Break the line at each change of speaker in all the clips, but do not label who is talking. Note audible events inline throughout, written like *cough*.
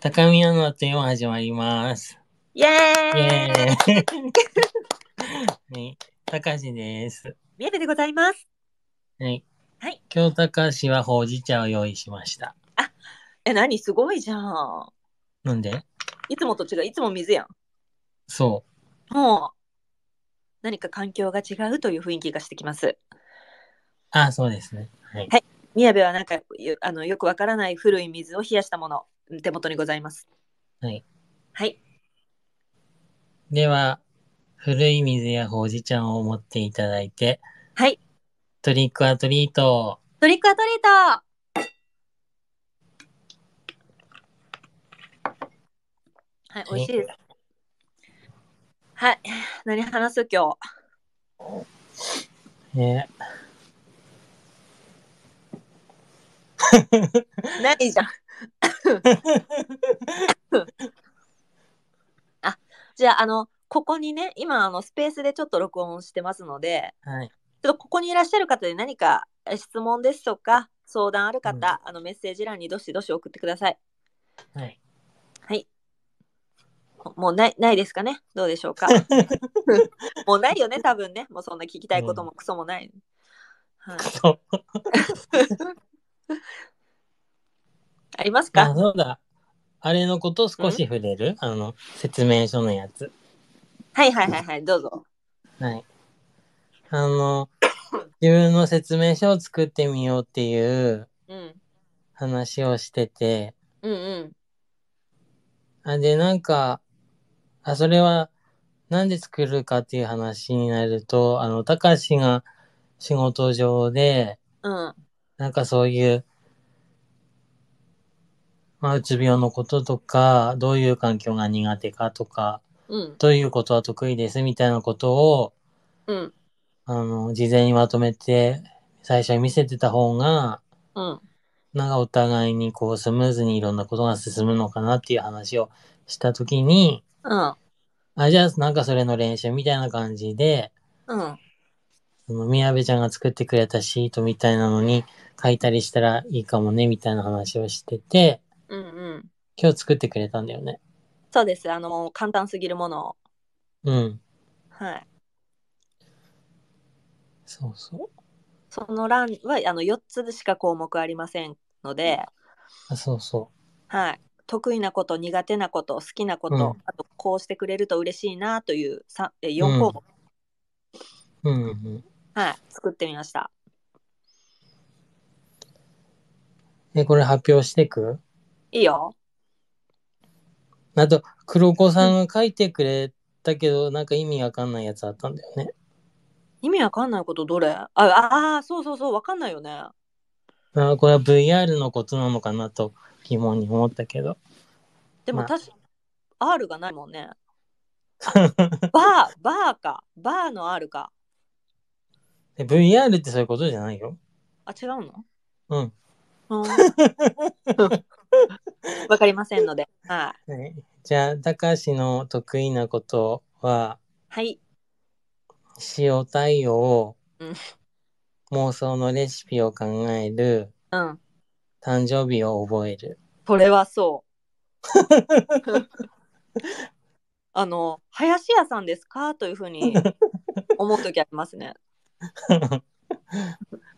高宮のテーマ始まります。
イエ
イ
ーイ
エーイ *laughs* はい、高しです。
ミエルでございます。
はい。
はい、
今日高しはほうじ茶を用意しました。
え、何すごいじゃん。
飲んで
いつもと違う、いつも水や
そ
ん。もう、何か環境が違うという雰囲気がしてきます。
う。あ、そうですね。はい。
宮部はなんかよあのよくわからない古い水を冷やしたもの、手元にございます。
はい。
はい。
では、古い水やほうじ茶を持っていただいて、
はい。
トリックアトリート
トリックアトリートはい、美味しいです。はい。何話す今日。
を。ね、
ない *laughs* じゃん。あじゃああのここにね今あのスペースでちょっと録音してますので
はい。
ちょっとここにいらっしゃる方で何かえ質問ですとか相談ある方、あのメッセージ欄にどしどし送ってください。
はい。
はい。ももうないないですかねどうでしょ *laughs* うかもうないよね多分ねもうそんな聞きたいこともクソもない。はい、
そう。
あります
あ、
か
そうだ。あれのこと少し触れるあの、説明書のやつ。
はいはいはいはいどうぞ。
はい。あの、自分の説明書を作ってみようっていう
うん
話をしてて、
うんうん
あで、なんか、あ、それは、なんで作るかっていう話になると、あの、たかしが仕事上で、
うん
なんかそういう、まあ、うつ病のこととか、どういう環境が苦手かとか、
うん
どういうことは得意ですみたいなことを、
うん
あの、事前にまとめて、最初に見せてた方が、
うん
なんかお互いにこうスムーズにいろんなことが進むのかなっていう話をしたときに、
うん
あ、じゃあなんかそれの練習みたいな感じで、
うん
その宮部ちゃんが作ってくれたシートみたいなのに書いたりしたらいいかもねみたいな話をしてて、
うんうん
今日作ってくれたんだよね。
そうです。あの、もう簡単すぎるものを。
うん。
はい。
そうそう。
その欄は、あの、4つしか項目ありませんので、
あ、そうそ
はい。得意なこと、苦手なこと、好きなこ
うん
と、あと、こうしてくれると嬉しいなというさえ4項目、
う。うん、うん。
はい。作ってみました。
で、これ発表してく
いいよ。
あと、黒子さんが書いてくれたけど、なんか意味わかんないやつあったんだよね。
意味わかんないことどれああー、そうそうそう、わかんないよね。
あこれは VR のことなのかなと疑問に思ったけど。 *laughs*
で
ま
も、
あ
確か、R がないもんね。バー、バーか。バーの R か。
で VR ってそういうことじゃないよ。
あ、違うの
うん。 *laughs*
うんわかりませんので。はい。
はい、じゃあ、たかしの得意なことは、
はい。
塩対応、
うん
妄想のレシピを考える、
うん。
誕生日を覚える。 *laughs*
それはそう。あの、林家さんですかというふうに思う時ありますね。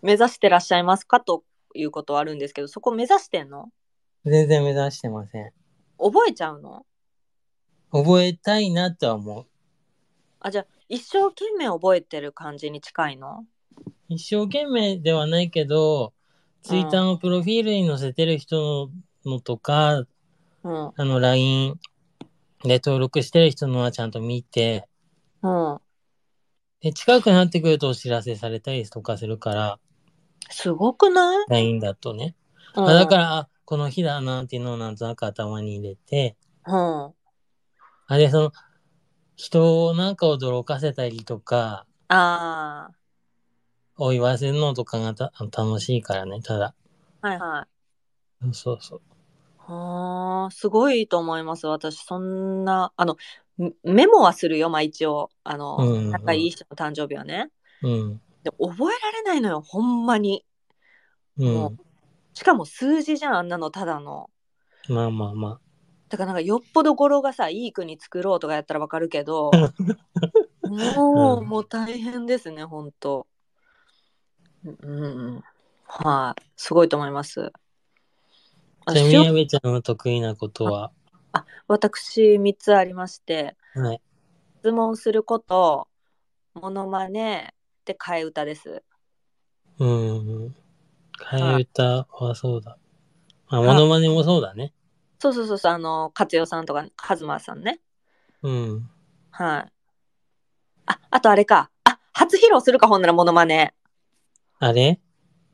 目指してらっしゃいますかということはあるんですけど、そこ目指してんの
全然目指してません。
覚えちゃうの
覚えたいなとは思う。
あ、じゃあ、一生懸命覚えてる感じに近いの
一生懸命ではないけど、ツイッターのプロフィールに載せてる人ののとか、
うん。
あの、LINE で登録してる人のはちゃんと見て、
うん。
で、近くなってくるとお知らせされたりとかするから、
すごくない、
LINE だとね。
うん、
あだから、あ、この日だなっていうのをなんとなく頭に入れて、
ら。うん。
あれ、その、人をなんか驚かせたりとか、
あ
を言わせるのとかがた楽しいからね、ただ。
あ。はいはい。
そうそう。
ああ、すごいと思います。私、そんな、あの、メメモはするよ、まあ一応。あの、
うんうんうん
仲いい人の誕生日はね。
うん。
で、覚えられないのよ、ほんまに。
う
も
ん。
しかも数字じゃん、あんなの、ただの。
まあまあま
だからなんかよっぽど語呂がさいい国作ろうとかやったらわかるけどもう、
うん
もう大変ですね本当うんうんはいすごいと思いますあ
ちなみ
し
に、
お
やべちゃんの得意なことは、
私3つありまして
はい。
質問することモノマネで替え歌です
うん。替え歌はそうだ。まあ、
は
モ
い
ノマネもそうだね。
そうそうそうそうあの勝代さんとか和馬さんね
うん。
はいああとあれかあ初披露するかほんならモノマネ
あれ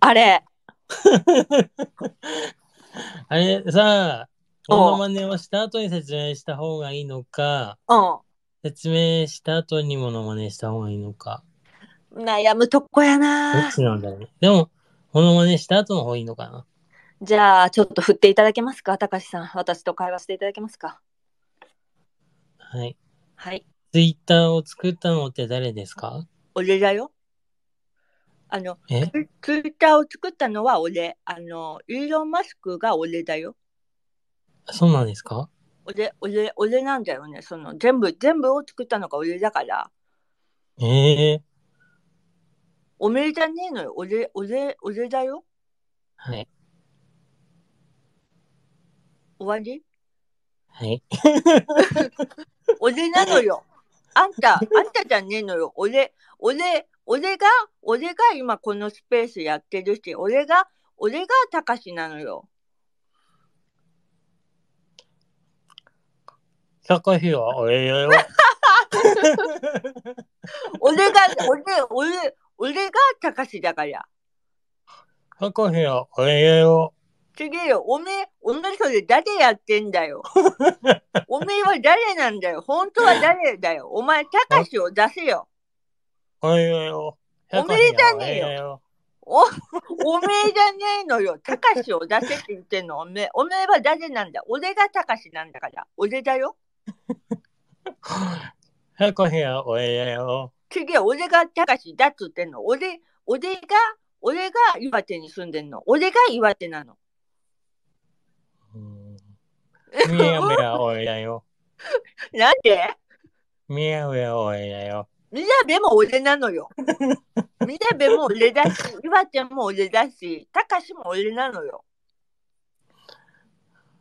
あれ
あれさあ、
おう
モノマネをした後に説明した方がいいのか、
うん
説明した後にモノマネした方がいいのか、
悩むとこや
ど
な
っちなんだろうね。でも、モノマネした後の方がいいのかな。
じゃあちょっと振っていただけますかたかしさん私と会話していただけますか
はい。
はい
ツイッターを作ったのって誰ですか
俺だよあの
え
ツツイッターを作ったのは俺あのイーロン・マスクが俺だよ
そうなんですか
俺俺俺なんだよねその全部全部を作ったのが俺だから
ええ
おめえじゃねえのよ俺俺俺だよ
はい。
終わり
はい。
俺なのよあんたあんたじゃねえのよ俺俺俺が俺が今このスペースやってるし俺が俺がたかしなのよ
100回費用は俺よ。
俺が俺俺俺がたかしだから
100回費用は俺よ。
次よおめえおめえそれ誰やってんだよおめえは誰なんだよ本当は誰だよお前たかしを出せよ
俺よ。
おめでたねえよ
よ。
お、 *laughs* おめえじゃねえのよ。たかしを出せって言ってんの。おめえ、おめえは誰なんだ。俺がたかしなんだから。俺だよ。
100回費用は俺よ。
次は俺がたかしだっつってんの。俺、俺が、俺が岩手に住んでんの。俺が岩手なの。
*laughs* うんみやべは俺だよ。
なんで
みやべは俺だよ。
みやべも俺なのよ。みやべも俺だし、岩手も俺だし、たかしも俺なのよ。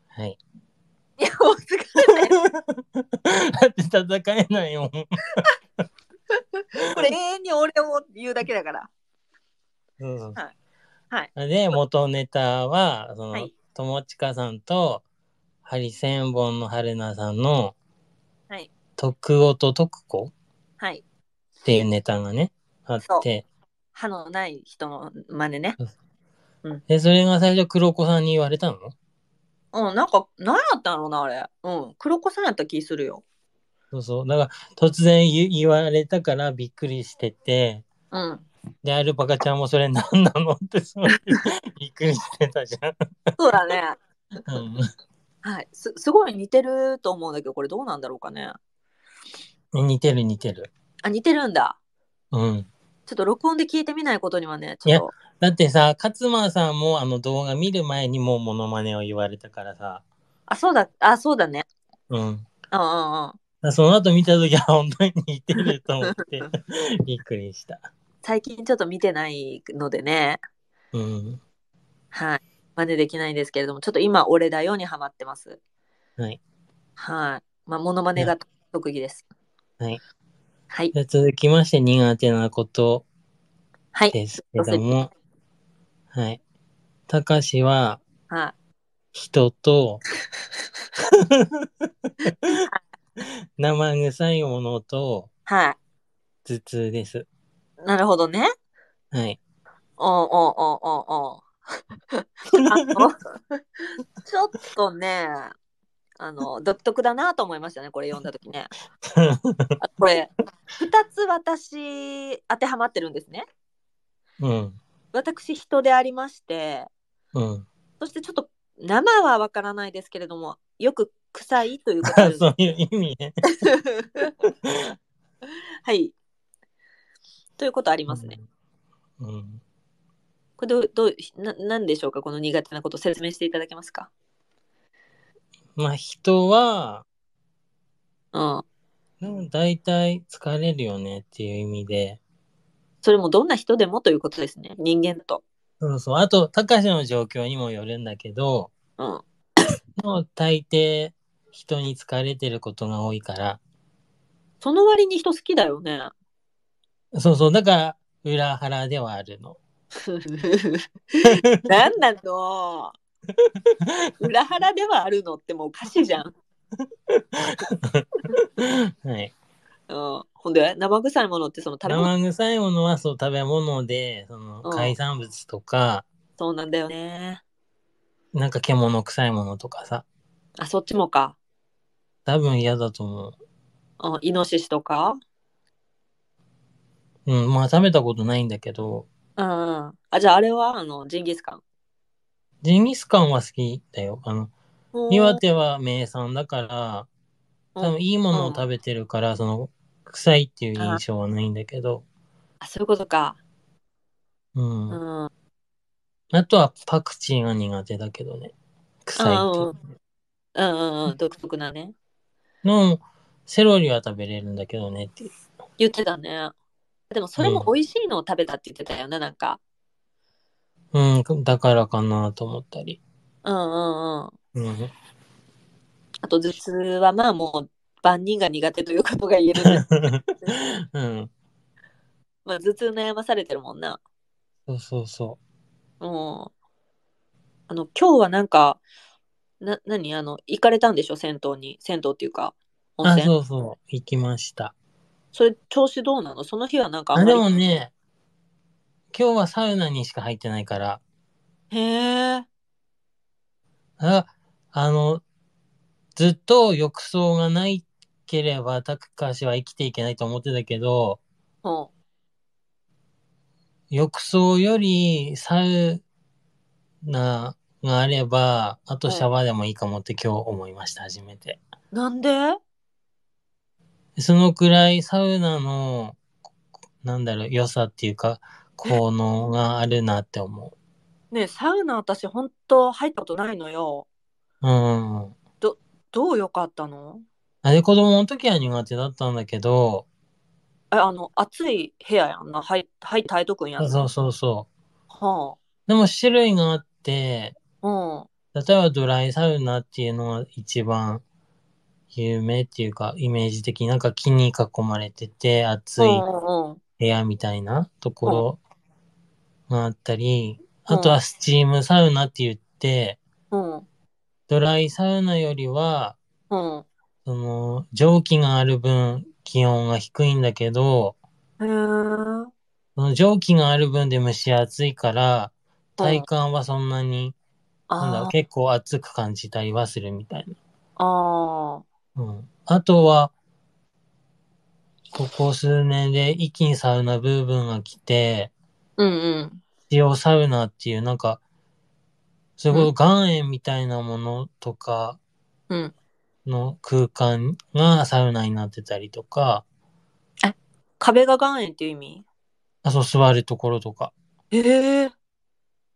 はい。
いや、もうすぐ
だって戦えないもん。
これ永遠に俺を言うだけだから。
そうそう
はい
で、元ネタは、その、
はい
友近さんと、ハリセンボンの春菜さんの、
はい
徳夫と徳子
はい。
っていうネタがね、あって、
歯のない人の真似ね。
で、それが最初、黒子さんに言われたの
うん、なんか、何やったんやろな、あれ。うん、黒子さんやった気するよ。
そうそう。だから、突然言言われたからびっくりしてて、
うん。
で、アルパカちゃんもそれ何なのって、すごいびっくりしてたじゃん。
そうだね。 *laughs*
うん
はい。す、すごい似てると思うんだけど、これどうなんだろうかね。
似てる似てる。
あ、似てるんだ。
うん。
ちょっと録音で聞いてみないことにはね、
い
ちょ
や
っと。
だってさ、勝間さんもあの動画見る前にもうモノマネを言われたからさ。
あ、そうだ、あ、そうだね。
うん。だか
うんうんうん。
らその後見た時は本当に似てると思って、びっくりした。
最近ちょっと見てないのでね。
うん。
はい。真似できないんですけれども、ちょっと今、俺だよにハマってます。
はい。
はい。まあ、モノマネが特技です。
はい。
はい。
で続きまして苦手なこと
はい。
ですけども、はい。たかしは
は
人と、生臭いものと
い。は
頭痛です。
い。なるほどね。
はい。 *laughs*
おうおうおうおうおうあのちょっとねあの独特だなと思いましたねこれ読んだ *laughs* 時ねあこれ2つ私当てはまってるんですね
うん。
私人でありまして
うん。
そしてちょっと生はわからないですけれどもよく臭いということ
あ
*laughs* で
*laughs*
す
そういう意味ね。
はいということありますね、
うん。
これどうどうななんでしょうかこの苦手なこと説明していただけますか
まあ人は、
うん。
うん大体疲れるよねっていう意味で。
それもどんな人でもということですね。人間だと。
そうそう。あと、たかしの状況にもよるんだけど、
うん。
もう大抵人に疲れてることが多いから。
その割に人好きだ
*laughs*
よね。
そうそう。だから、裏腹ではあるの。 *laughs*
なんなの裏腹ではあるのってもうおかしいじゃん。
はい。
うん、ほんで生臭いものってその食べ物
生臭いものはそう食べ物で、その
うん
海産物とか、
そうなんだよね。
なんか獣臭いものとかさ。
あそっちもか。
多分嫌だと思
うん、イノシシとか。
う。うん。まあ食べたことないんだけど、
うんうん。あじゃああれはあのジンギスカン。
ジンギスカンは好きだよ。あの、岩手は名産だから、
うん
多分いいものを食べてるから、その、臭いっていう印象はないんだけど、
あそういうことか。
うん。
うん。うん
あとはパクチーが苦手だけどね。臭いっていう
うんうんうん。独特なね。
のも、セロリは食べれるんだけどねっていう。
言ってたね。でもそれも美味しいのを食べたって言ってたよね、なんか。
うん、だからかなと思ったり。
うんうんうん。
うん。
あと頭痛はまあもう万人が苦手ということが言えるん
*laughs*
です。
うん。
まあ頭痛悩まされてるもんな。
そうそうそ
うん。あの今日はなんか、な、何あの、行かれたんでしょ銭湯に。銭湯っていうか、
う。
温
あ、
泉。そ
そうそう。行きました。
れ調子どうなのその日はなんかあ
あ、
ん
で
まり。
もね、今日はサウナにしか入ってないから、
へえ。
あ、あの、ずっと浴槽がないければ、タクカシは生きていけないと思ってたけど、
うん。
浴槽よりサウナがあれば、あとシャワーでもいいかもって今日思いました、初めて。
なんで
そのくらいサウナの、なんだろう、良さっていうか、効能があるなって思
ねえサウナ私本当入ったことないのよ。 *laughs*
う。うん。
どうよかったの
あれ子供の時は苦手だったんだけど、
え、あの、暑い部屋やんな。はい、はい、耐えとくんやん。
そうそうそう。
は
でも種類があって、
あ。うん。
例えばドライサウナっていうのが一番有名っていうかイメージ的になんか木に囲まれてて暑い
うんうん。
部屋みたいなところがあったり、
うん
あとはスチームサウナって言って、
うん。
ドライサウナよりは、
うん。
その蒸気がある分気温が低いんだけど、
へえ。
その蒸気がある分で蒸し暑いから、体感はそんなに、なんだろう
あ
結構暑く感じたりはするみたいな。
あ。あ
うん。あとは、ここ数年で一気にサウナブームが来て、
ーうんうん。
塩サウナっていうなんか、すご
う
い岩塩みたいなものとか
うん。
の空間がサウナになってたりとか、
壁が岩塩っていう意味
あ、そう座るところとか
ええ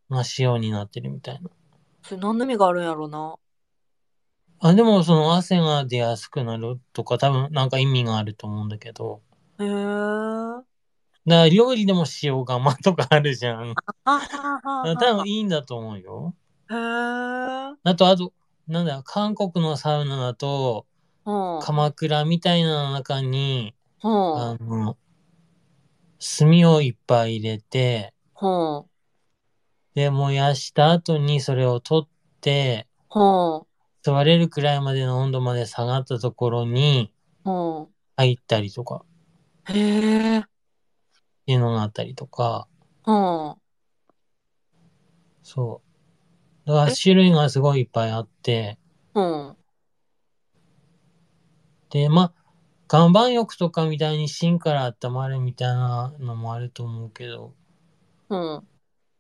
が塩になってるみたいな。
それ何の意味があるんやろうな。
あ、でもその汗が出やすくなるとか多分なんか意味があると思うんだけど、
へえー。
だから料理でも塩釜とかあるじゃん。
あはは
多分いいんだと思うよ。
は。へえ。
あと、あと、なんだ、韓国のサウナだと、
うん。
鎌倉みたいな中に、
うん
あ。の、炭をいっぱい入れて、
うん。
で、燃やした後にそれを取って、
うん。
座れるくらいまでの温度まで下がったところに
うん。
入ったりとか、っ
へえ。
ていうのがあったりとか、
うん。
そう。だから種類がすごいいっぱいあって、
うん。
で、まあ、岩盤浴とかみたいに芯から温まるみたいなのもあると思うけど、
うん。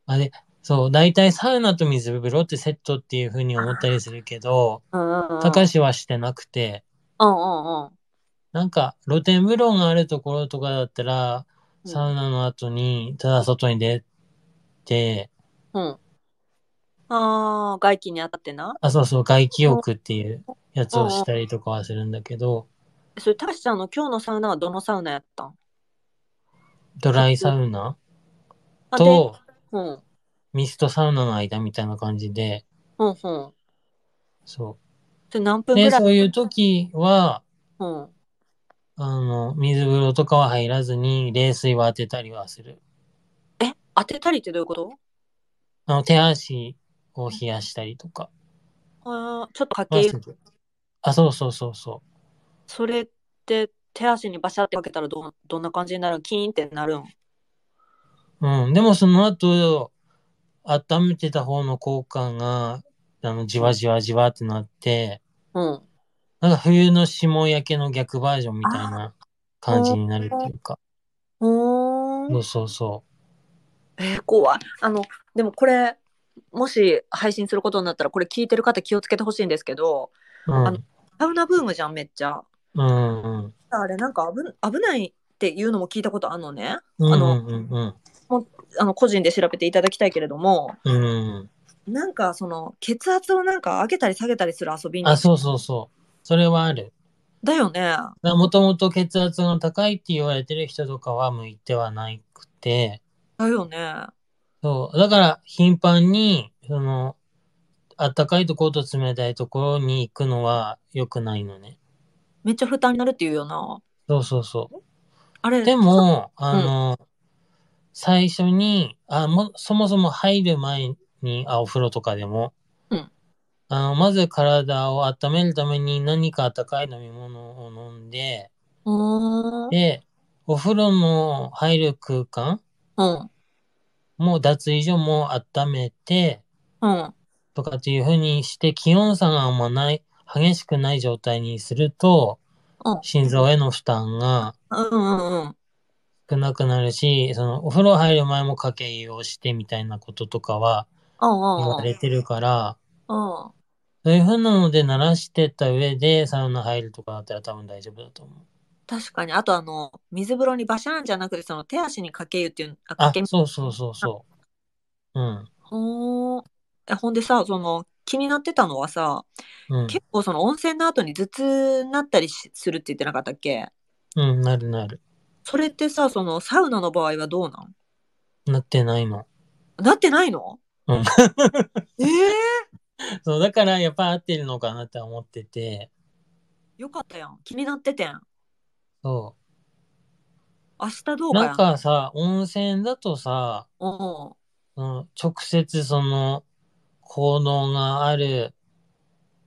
あれ、そう、大体サウナと水風呂ってセットっていう風に思ったりするけど、
うん。
たかしはしてなくて、
うんうんうん。
なんか露天風呂があるところとかだったら、
うん
サウナの後にただ外に出て、
うん。あああ、外気に当たってな。
あ、そうそう、外気浴っていうやつをしたりとかはするんだけど、
それ、タシさんの今日のサウナはどのサウナやったん
ドライサウナ
あで
と
うん。
ミストサウナの間みたいな感じで、
うんうん。そ
そ
れ何
う。
分ぐ
で、
らい
そういう時は、
うん。
あの、水風呂とかは入らずに、冷水は当てたりはする。
え、当てたりってどういうこと
あの、手足を冷やしたりとか
あーちょっとか
は
け
する。あ、そうそうそうそ
それって手足にバシャってかけたらどうどんな感じになるんキーンってなるん
う。うん。でもその後、温めてた方の効果が、あの、じわじわじわってなって、
うん。
なんか冬の霜焼けの逆バージョンみたいな感じになるっていうか。
うー
そ
ん
うそうそ
えー怖い。あの、でもこれ、もし配信することになったら、これ聞いてる方気をつけてほしいんですけど、
う。う
あの
ん。
サウナブームじゃん、めっちゃ。
うんうん。
あれ、なんか危な危ないっていうのも聞いたことあるのね。
うん
あ
う
の
んうんうん。
あの個人で調べていただきたいけれども、
うんうん。
なんかその血圧をなんか上げたり下げたりする遊びに
あ、そうそうそう。それはある。
だよね。
もともと血圧が高いって言われてる人とかは向いてはなくて、
だよね。
そう。だから、頻繁に、その、あったかいところと冷たいところに行くのは良くないのね。
めっちゃ負担になるっていうよな。
そうそうそう。
あれ、
でも、あの、最初に、あも、そもそも入る前に、あ、お風呂とかでも、
うん
あの、まず体を温めるために何か温かい飲み物を飲んで、
うーん、
で、お風呂の入る空間
うん、
もう脱衣所も温めて、
うん、
とかっていう風にして、気温差があんまない、激しくない状態にすると
うん、
心臓への負担が
うん、うん。
少なくなるし、そのお風呂入る前も掛け湯をしてみたいなこととかは
うん
言
うん
われてるから、
うん。
そういう風なので慣らしてった上でサウナ入るとかだったら多分大丈夫だと思う。
確かに。あとあの、水風呂にバシャーンじゃなくて、その手足にかけ湯っていう、あ、か
あ
け、
そうそうそうそう。うん。
ほーんえ、ほんでさ、その、気になってたのはさ、
うん。
結構その温泉の後に頭痛になったりしするって言ってなかったっけ
うん、なるなる。
それってさ、そのサウナの場合はどうなん
なってないの。
なってないの *laughs*
うん
ええ
そう、だからやっぱ合ってるのかなって思ってて、
よかったやん。気になっててん。
そ
明日ど
う。
うか
な
や
ん
ん。
かさ、温泉だとさ、
うんうん。
その直接その効能がある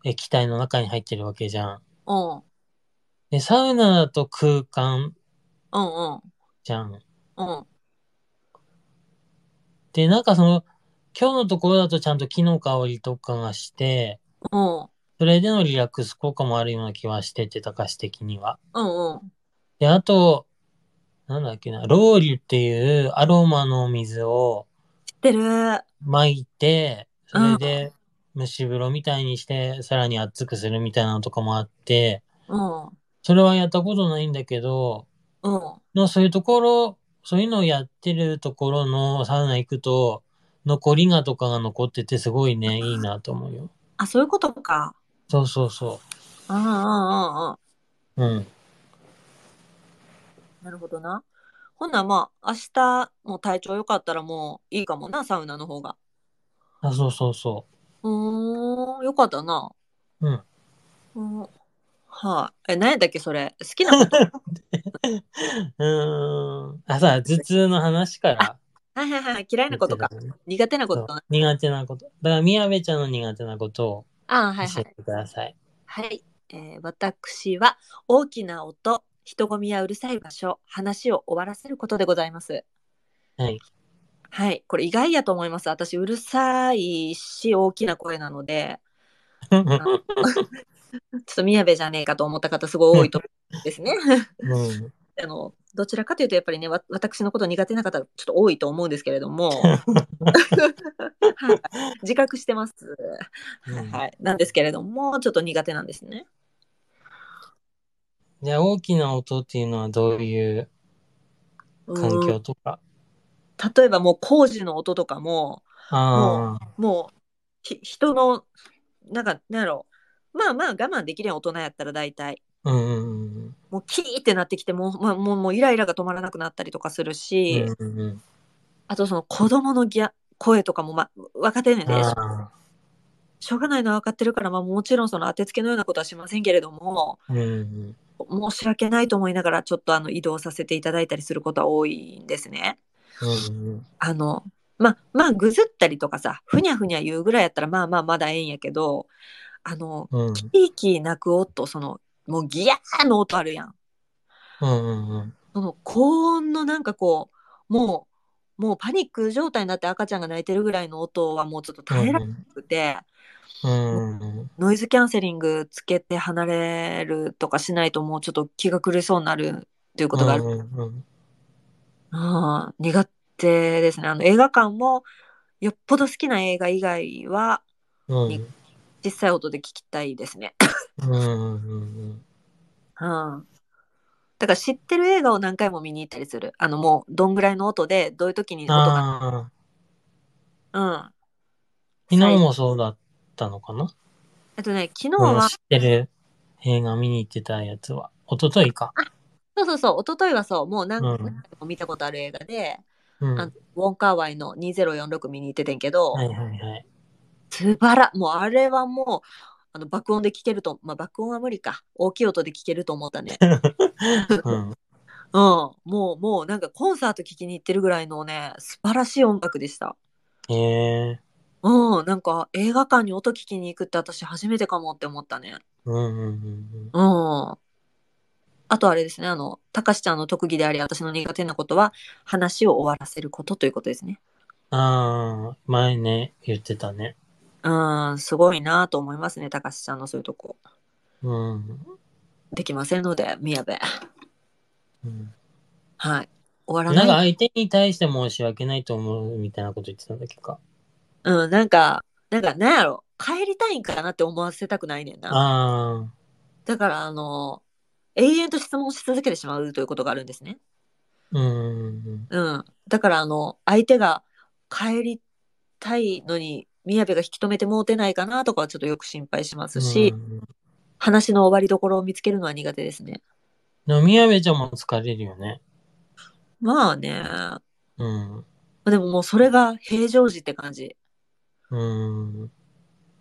液体の中に入ってるわけじゃん。
うん。
で、サウナだと空間
うんうん。
じゃん。
うん。
で、なんかその、今日のところだとちゃんと木の香りとかがして、
うん。
それでのリラックス効果もあるような気はしてて、高橋的には。
うんうん。
で、あと、なんだっけな、ローリュっていうアロマの水を
知ってる。
巻いて、それで蒸し風呂みたいにして、さらに熱くするみたいなのとかもあって、
うん。うん。
それはやったことないんだけど、でもそういうところ、そういうのをやってるところのサウナ行くと、残りがとかが残っててすごいね、いいなと思うよ。
あ、そういうことか。
そうそうそ
うんうんうんうん。
う。うん。
なるほどな。ほんならまあ、明日も体調良かったらもういいかもな、サウナの方が。
あ、そうそうそう
ーん、よかったな。
う。うん。
うん。はい、え、何やったっけ、それ。好き
*laughs*
なこと
うーん。あ、さ、頭痛の話から。
はいはいはい。嫌いなことか。
そう
苦手なことか。
苦手なこと。だから、みやべちゃんの苦手なことを
ああ、はいは
教え
い。
てください。
はい、えー私は大きな音、人混みやうるさい場所、話を終わらせることでございます。
はい。
はい、これ意外やと思います。私うるさいし大きな声な
*laughs*
ので、ちょっと宮部じゃねえかと思った方すごい多いと思うんですね。 *laughs*
うん。
あのどちらかというとやっぱりねわ私のこと苦手な方ちょっと多いと思うんですけれ
*laughs*
ども、はい、自覚してます、
うん
はい、なんですけれどもちょっと苦手なんですね。
じゃあ、大きな音っていうのはどういう
うん
環境とか。
例えばもう工事の音とかも
ああ。
もうひ人のなんかなんやろまあまあ我慢できるやん大人やったら大体
うんうん
もうキーってなってきてもう,、まあ、もうもうイライラが止まらなくなったりとかする
う
し、
んうんうん
あとその子供のギャ声とかも、ま、分かってんねんで
あ
しょうがないのは分かってるから、まあ、もちろんその当てつけのようなことはしませんけれども
ーうんうん
申し訳ないと思いながらちょっとあの移動させていただいたりすることは多いんですね。
うんうん
あのまあまあぐずったりとかさふにゃふにゃ言うぐらいやったらまあまあまだええんやけどあの
うん
キーキー泣く音そのもうギヤーの音あるやん。
うんうん
その高音のなんかこうもうもうパニック状態になって赤ちゃんが泣いてるぐらいの音はもうちょっと耐えられなくて、
うんうん
ノイズキャンセリングつけて離れるとかしないともうちょっと気が狂いそうになるということがある、
うんうん
うん苦手ですねあの映画館もよっぽど好きな映画以外は
うん
に実際音で聞きたいですね、
うんうん
うん、だから知ってる映画を何回も見に行ったりするあのもうどんぐらいの音でどういう時に音が、
ああ
うん、
昨日もそうだったのかな
えっとね昨日
この
は
知ってる映画見に行ってたやつは。一昨日か。
そうそうそう、一昨日はそう、もう何
うん
何回も見たことある映画で、
うん。
あ
は
のウォンカーワイの2046見に行っててんけど、
いはいはい。
素晴らもうあれはもう、あの爆音で聞けると、まあ爆音は無理か、大きい音で聞けると思った
*laughs*
ね。うん、
うん。
もう、もうなんかコンサート聞きに行ってるぐらいのね、素晴らしい音楽でした。
へえ。
うん、なんか映画館に音聞きに行くって私初めてかもって思ったね。
うんうんうん
うん。あとあれですね、あの、たかしちゃんの特技であり、私の苦手なことは、話を終わらせることということですね。
うん。ああ、前ね、言ってたね。
うん、すごいなと思いますね、高橋ちゃんのそういうとこ。
うん。
できませんので、宮部。
うん、
はい。終わ
な
ら
んか
ない。
相手に対して申し訳ないと思うみたいなこと言ってたんだっけか。
うん、なんか、なんか、なんやろ。帰りたいんかなって思わせたくないねんな。
あ
だから、あの、永遠と質問し続けてしまうということがあるんですね。
あ、うん。
うん。だから、あの、相手が帰りたいのに、宮部が引き止めてもうてないかなとかはちょっとよく心配しますし、
うん、
話の終わりどころを見つけるのは苦手ですね。
でも、宮部ちゃんも疲れるよね。
まあね。
うん。
でももうそれが平常時って感じ。
うん。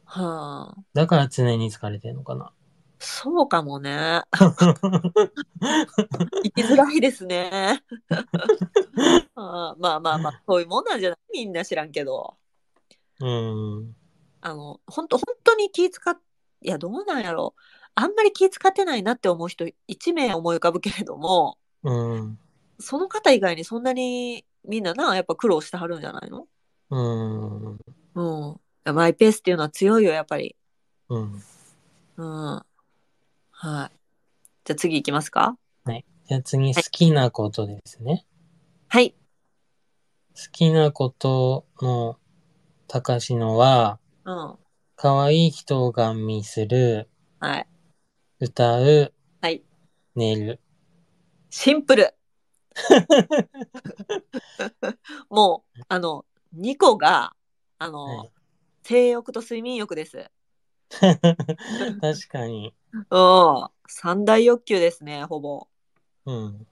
はあ、
だから常に疲れてるのかな。
そうかも
*laughs*
ね。生きづらいですね。 *laughs* はあ、まあまあまあ、そういうもんなんじゃないみんな知らんけど。
うん。
あの、本当本当に気使っ、いや、どうなんやろう。あんまり気使ってないなって思う人1名思い浮かぶけれども、
うん。
その方以外にそんなにみんなな、やっぱ苦労してはるんじゃないの
うん。
うんいや。マイペースっていうのは強いよ、やっぱり。
うん。
うん。はい。じゃあ次行きますか
じゃあ次、好きなことですね。
はい。
好きなことの、たかしのは、
うん。は
可愛い人をガン見する、
い。
歌う、
はい。
寝る。
シンプル。 *laughs* もう、あの、2個が、あの、
はい
性欲と睡眠欲です。 *laughs*
確かに。
うん。三大欲求ですね、ほぼ。
うん。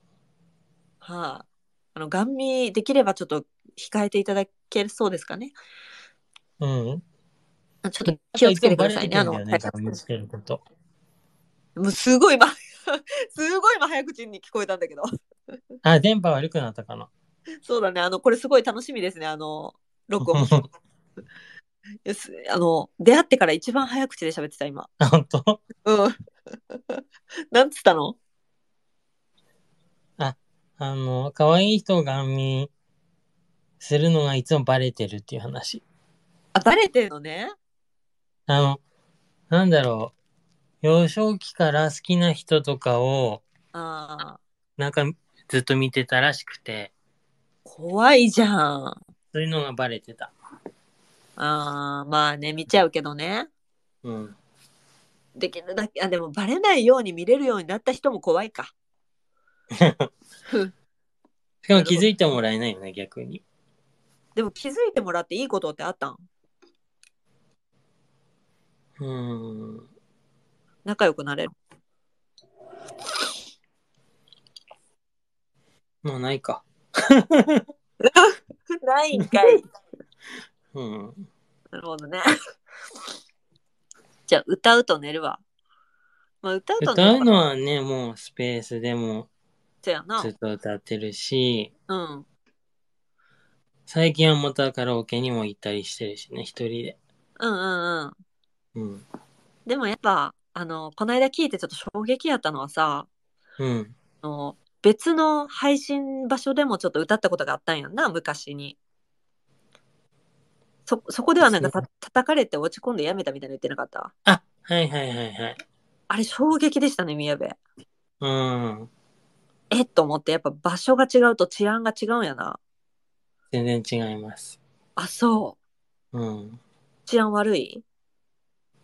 はい、あの、ガン見できればちょっと控えていただけそうですかね。
うん。
あちょっと気をつけてくださいね。あ
なんかつも
の、
バレて
対
くるんだよね、ガン見つけること。
策もうすごい今、 *laughs* すごい今早口に聞こえたんだけど。 *laughs*
あ、電波悪くなったかな。
そうだね。あの、これすごい楽しみですね。あの、
*laughs*
録音。いやすあの、出会ってから一番早口で喋ってた、今。
あ本当
うん。 *laughs* なんつったの
*laughs* あの、可愛い人をガン見するのがいつもバレてるっていう話。
あ、バレてんのね。
あの、なんだろう。幼少期から好きな人とかを、
ああ、
なんかずっと見てたらしくて、
怖いじゃん。あ
そういうのがバレてた。
あ、まあね、見ちゃうけどね。
うん。
できるだけ、あ、でもバレないように見れるようになった人も怖いか。
しかも気づいてもらえないよね、逆に。
でも気づいてもらっていいことってあったん
うん。
仲良くなれる。
もうないか。
ないんかい。
うん。
*laughs* なるほどね。 *laughs* じゃあ、歌うと寝るわ。まあ、歌うと寝
歌
る
うのはね、もうスペースでも
せやな
ず。っと歌ってるし、
うん。
最近はまたカラオケにも行ったりしてるしね、一人で。
うんうんうん。
うん。
でもやっぱ、あの、この間聞いてちょっと衝撃やったのはさ、
うん。
あの別の配信場所でもちょっと歌ったことがあったんやんな、昔に。そ、そこではなんかた叩かれて落ち込んでやめたみたいな言ってなかった
あ、はいはいはいはい。
あれ衝撃でしたね、宮部。
うん。
えっと思って、やっぱ場所が違うと治安が違うんやな。
全然違います。
あ、そう。
うん。
治安悪い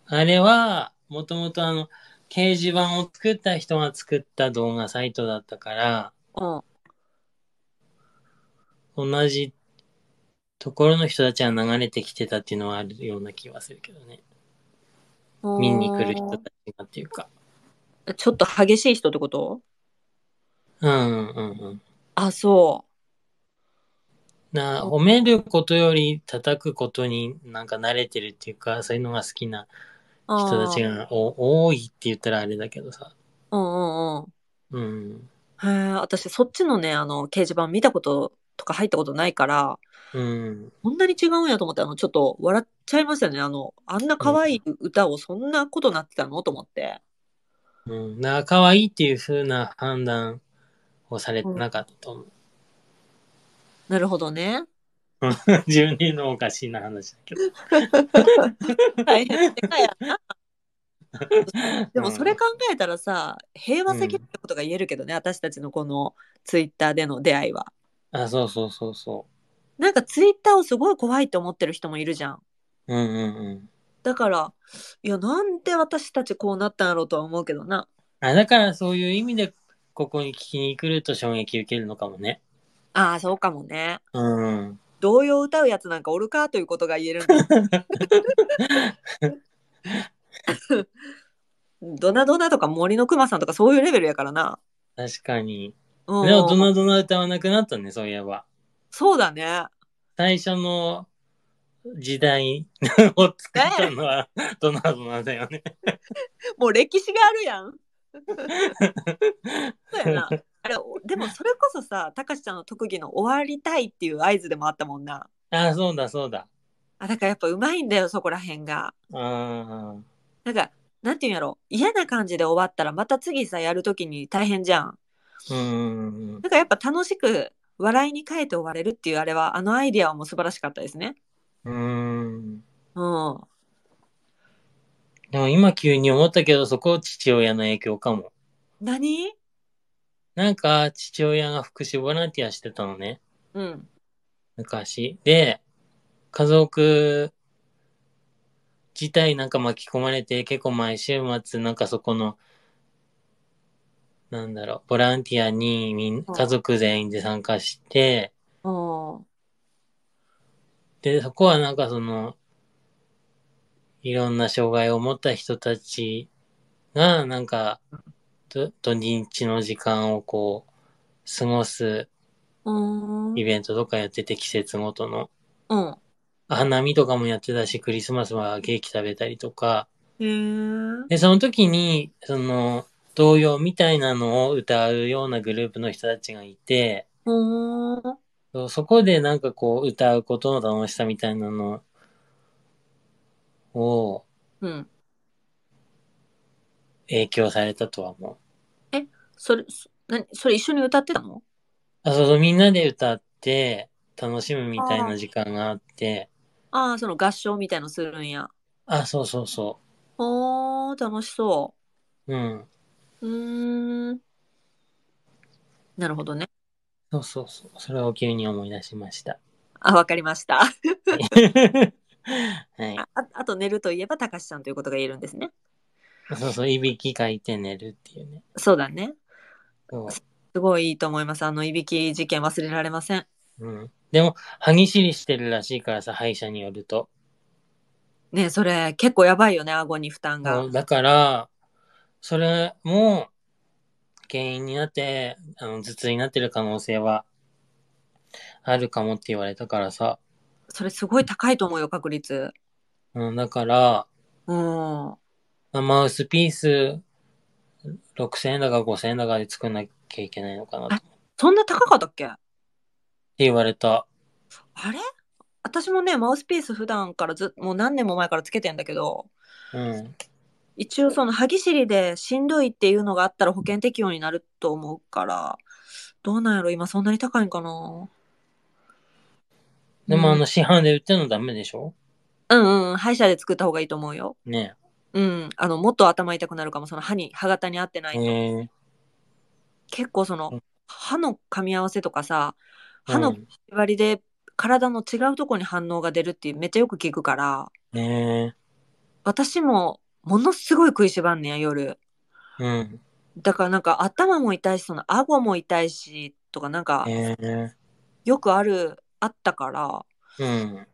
あれは、もともとあの、掲示板を作った人が作った動画サイトだったから、
うん。
同じところの人たちが流れてきてたっていうのはあるような気はするけどね。見に来る人たちがっていうか。
ちょっと激しい人ってこと
うんうんうん。
あ、そ
な褒めることより叩くことになんか慣れてるっていうか、そういうのが好きな
う。
人たち
あー
がお多いって言ったらあれだけどさ。
うんうんうん。
うん。
へえ、私そっちのね、あの、掲示板見たこととか入ったことないから、
うん。
こんなに違うんやと思って、あの、ちょっと笑っちゃいましたね。あの、あんな可愛い歌をそんなことなってたのと思って。
うん。だから可愛いっていう風な判断をされてなかったと思う。
なるほ
*laughs*
どね。
自分で言うのもおかしいな話だけど。
大変でかいやな。 *laughs* でもそれ
うん
考えたらさ、平和すぎるってことが言えるけどね、私たちのこのツイッターでの出会いは。
あ、そうそうそうそ
なんかツイッターをすごい怖いって思ってる人もいるじゃん。
う。うんうんうん。
だから、いや、なんで私たちこうなったんやろうとは思うけどな。
あ、だからそういう意味でここに聞きに来ると衝撃受けるのかもね。
ああ、そうかもね。
うん。
童謡を歌うやつなんかおるかということが言えるん
*laughs*
だ。ドナドナとか森の熊さんとかそういうレベルやからな。
確かに。
うん、
でも、ドナドナ歌わなくなったね、そういえば。
そうだね。
最初の時代 *laughs* を作ったのはドナドナだよね。 *laughs*
もう歴史があるやん。そうやな。あれおでもそれこそさ、たかしちゃんの特技の終わりたいっていう合図でもあったもんな。
あ、そうだ、そうだ。
あ、だからやっぱうまいんだよ、そこら辺が。
あー
なんか、なんていうんやろ。嫌な感じで終わったらまた次さ、やるときに大変じゃん。
うんうん
なんかやっぱ楽しく笑いに変えて終われるっていうあれはあのアイディアはもう素晴らしかったですね。
うん。うん。
うん。
でも今急に思ったけど、そこ父親の影響かも。
何
なんか、父親が福祉ボランティアしてたのね。
うん。
昔。で、家族自体なんか巻き込まれて、結構毎週末なんかそこの、なんだろう、ボランティアにみん
うん
家族全員で参加して、
うん。
で、そこはなんかその、いろんな障害を持った人たちが、なんか、と土日の時間をこう、過ごす
うん。
イベントとかやってて、季節ごとの。
うん。
花見とかもやってたし、クリスマスはケーキ食べたりとか。
へえ。
で、その時に、その、童謡みたいなのを歌うようなグループの人たちがいて、
うん。
そうそこでなんかこう、歌うことの楽しさみたいなのを
うん。
影響されたとは思う。
それ、そ何それ一緒に歌ってたの
あ、そうそう、みんなで歌って、楽しむみたいな時間があって、
ああ、その合唱みたいのするんや。
あ、そうそうそ。
おー、楽しそう
うん。
う。うーん。なるほどね。
そうそうそう。それを急に思い出しました。
あ、わかりました。
はい。
あああと寝るといえばたかしちゃんということが言えるんですね。
そうそう、いびきかいて寝るっていうね。
そうだね。
そ
すごいいいと思います。あの、いびき事件忘れられません。
う。うん。でも、歯ぎしりしてるらしいからさ、歯医者によると。
ねそれ結構やばいよね顎に負担が
もうだから、それも原因になって、あの、頭痛になってる可能性はあるかもって言われたからさ。
それすごい高いと思うよ確率
うん、だから、
うん
まあマウスピース6000円だか5000円だかで作んなきゃいけないのかなって
そんな高かったっけあ
言われた。
れ私もねマウスピース普段からずもう何年も前からつけてんだけど
うん。
一応その歯ぎしりでしんどいっていうのがあったら保険適用になると思うからどうなんやろ今そんなに高いんかな
でもあ
うん
の、市販で売ってるのダメでしょ
うんうん歯医者で作った方がいいと思うよ
ね
うんあのもっと頭痛くなるかもその歯に歯型に合ってない
え。
と、
えー
結構そうの
ん
歯の噛み合わせとかさ歯
う
の
ん。
割りで体の違うとこに反応が出るっていうめっちゃよく聞くから
ね
私もものすごい食いしばんねや夜
え。うん。
だからなんか頭も痛いしその顎も痛いしとかなんか
ねえ。
よくあるあったから
うん。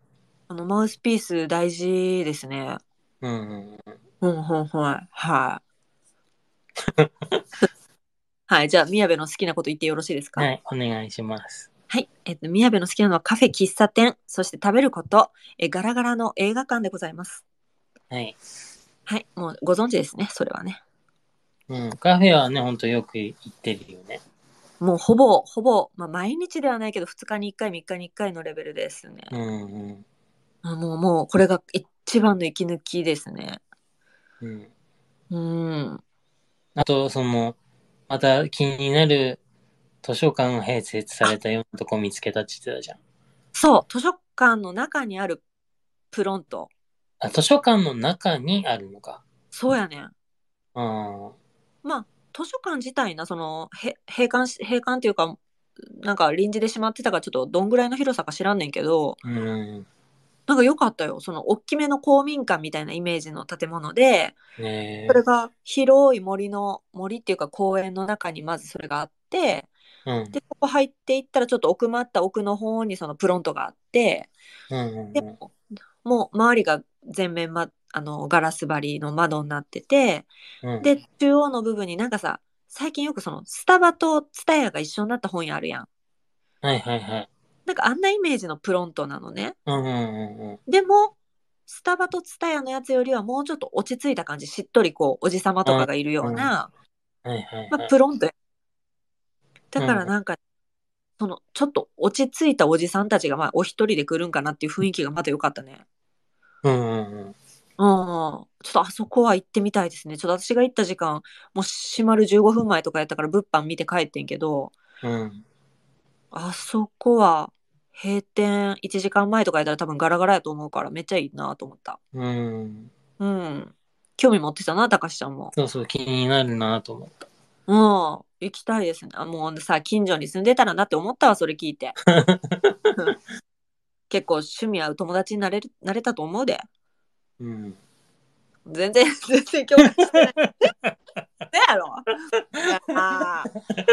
あのマウスピース大事ですね
うんうん。
うんほんほんはいはい
*laughs*
はいじゃあ宮部の好きなこと言ってよろしいですか
はい、お願いします。
はい。えっと、宮部の好きなのはカフェ、喫茶店、そして食べること、えガラガラの映画館でございます。
はい。
はい。もうご存知ですね、それはね。
うん。カフェはね、ほんとよく行ってるよね。
もうほぼ、ほぼ、まあ、毎日ではないけど、2日に1回、3日に1回のレベルですね。
うんうん。
あもう、もう、これが一番の息抜きですね。
うん。
うん。
あと、その、また気になる図書館が併設されたようなとこ見つけたって言ってたじゃん。
そう、図書館の中にあるプロント。
あ、図書館の中にあるのか。
そうやねん。
うん。
まあ、図書館自体な、その、へ閉館し、閉館っていうか、なんか臨時でしまってたから、ちょっとどんぐらいの広さか知らんねんけど、
うん。
なんか良かったよ。その大きめの公民館みたいなイメージの建物で、
ね
それが広い森の森っていうか公園の中にまずそれがあって、
え。うん。
で、ここ入っていったらちょっと奥まった奥の方にそのプロントがあって、
うん。
でも、もう周りが全面、ま、あのガラス張りの窓になってて、
うん。
で、中央の部分になんかさ、最近よくそのスタバとツタヤが一緒になった本屋あるやん。
はいはいはい。
なんかあんなイメージのプロントなのね。
うんうんうんうん。
でも、スタバとツタヤのやつよりはもうちょっと落ち着いた感じ、しっとりこう、おじさまとかがいるような、
はいはい
ま
は
あ、
い。
プロントやだからなんか、その、ちょっと落ち着いたおじさんたちが、まあ、お一人で来るんかなっていう雰囲気がまた良かったね。
うんうんうん。
うん。ちょっとあそこは行ってみたいですね。ちょっと私が行った時間、もう閉まる15分前とかやったから物販見て帰ってんけど、
うん。
あそこは閉店1時間前とかやったら多分ガラガラやと思うからめっちゃいいなと思った。
うん。
うん。興味持ってたな、たかしちゃんも。
そうそう、気になるなと思った。
うん、行きたいですね。あ、もうさ、近所に住んでたらなって思ったわ、それ聞いて。結構趣味合う友達になれる、なれたと思うで。
うん。
全然、 *laughs* 全然興味ない。どやろいやあーこんだ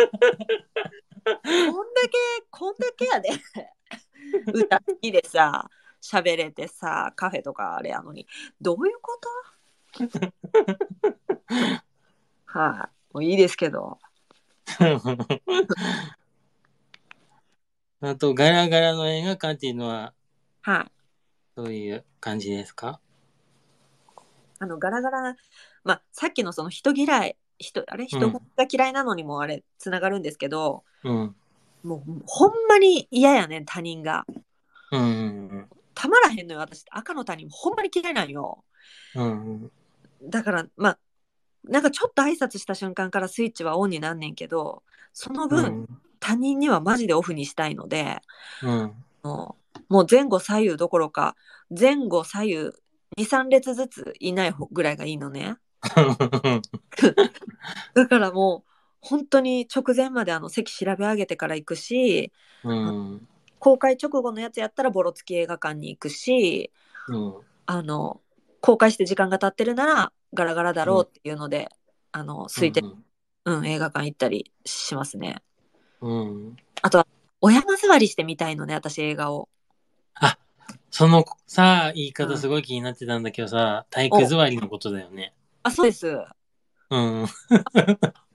け、こんだけやで。 *laughs* 歌好きでさ、喋れてさ、カフェとかあれやのに、どういうことはい、もういいですけど。
*laughs* あと、ガラガラの映画館っていうのは、
はい、
どういう感じですか
あのガラガラな、まあ、さっきのその人嫌い人あれ人が嫌いなのにもあれつながるんですけど、
うん。
もうほんまに嫌やねん他人が
うんうん
たまらへんのよ私赤の他人ほんまに嫌いなんよ
うん。うん
だからまあなんかちょっと挨拶した瞬間からスイッチはオンになんねんけどその
う
分、
ん。
他人にはマジでオフにしたいので
うん。
もうもう前後左右どころか前後左右23列ずついない方ぐらいがいいのね。だからもう本当に直前まであの席調べ上げてから行くし
うん。
公開直後のやつやったらボロ付き映画館に行くし
うん。
あの公開して時間が経ってるならガラガラだろうっていうので、あの空いてる、うん映画館行ったりしますね。
うん。
お山座りしてみたいのね私映画を。
そのさ、言い方すごい気になってたんだけどさ、体育座りのことだよね。
あ、そうです。
うん。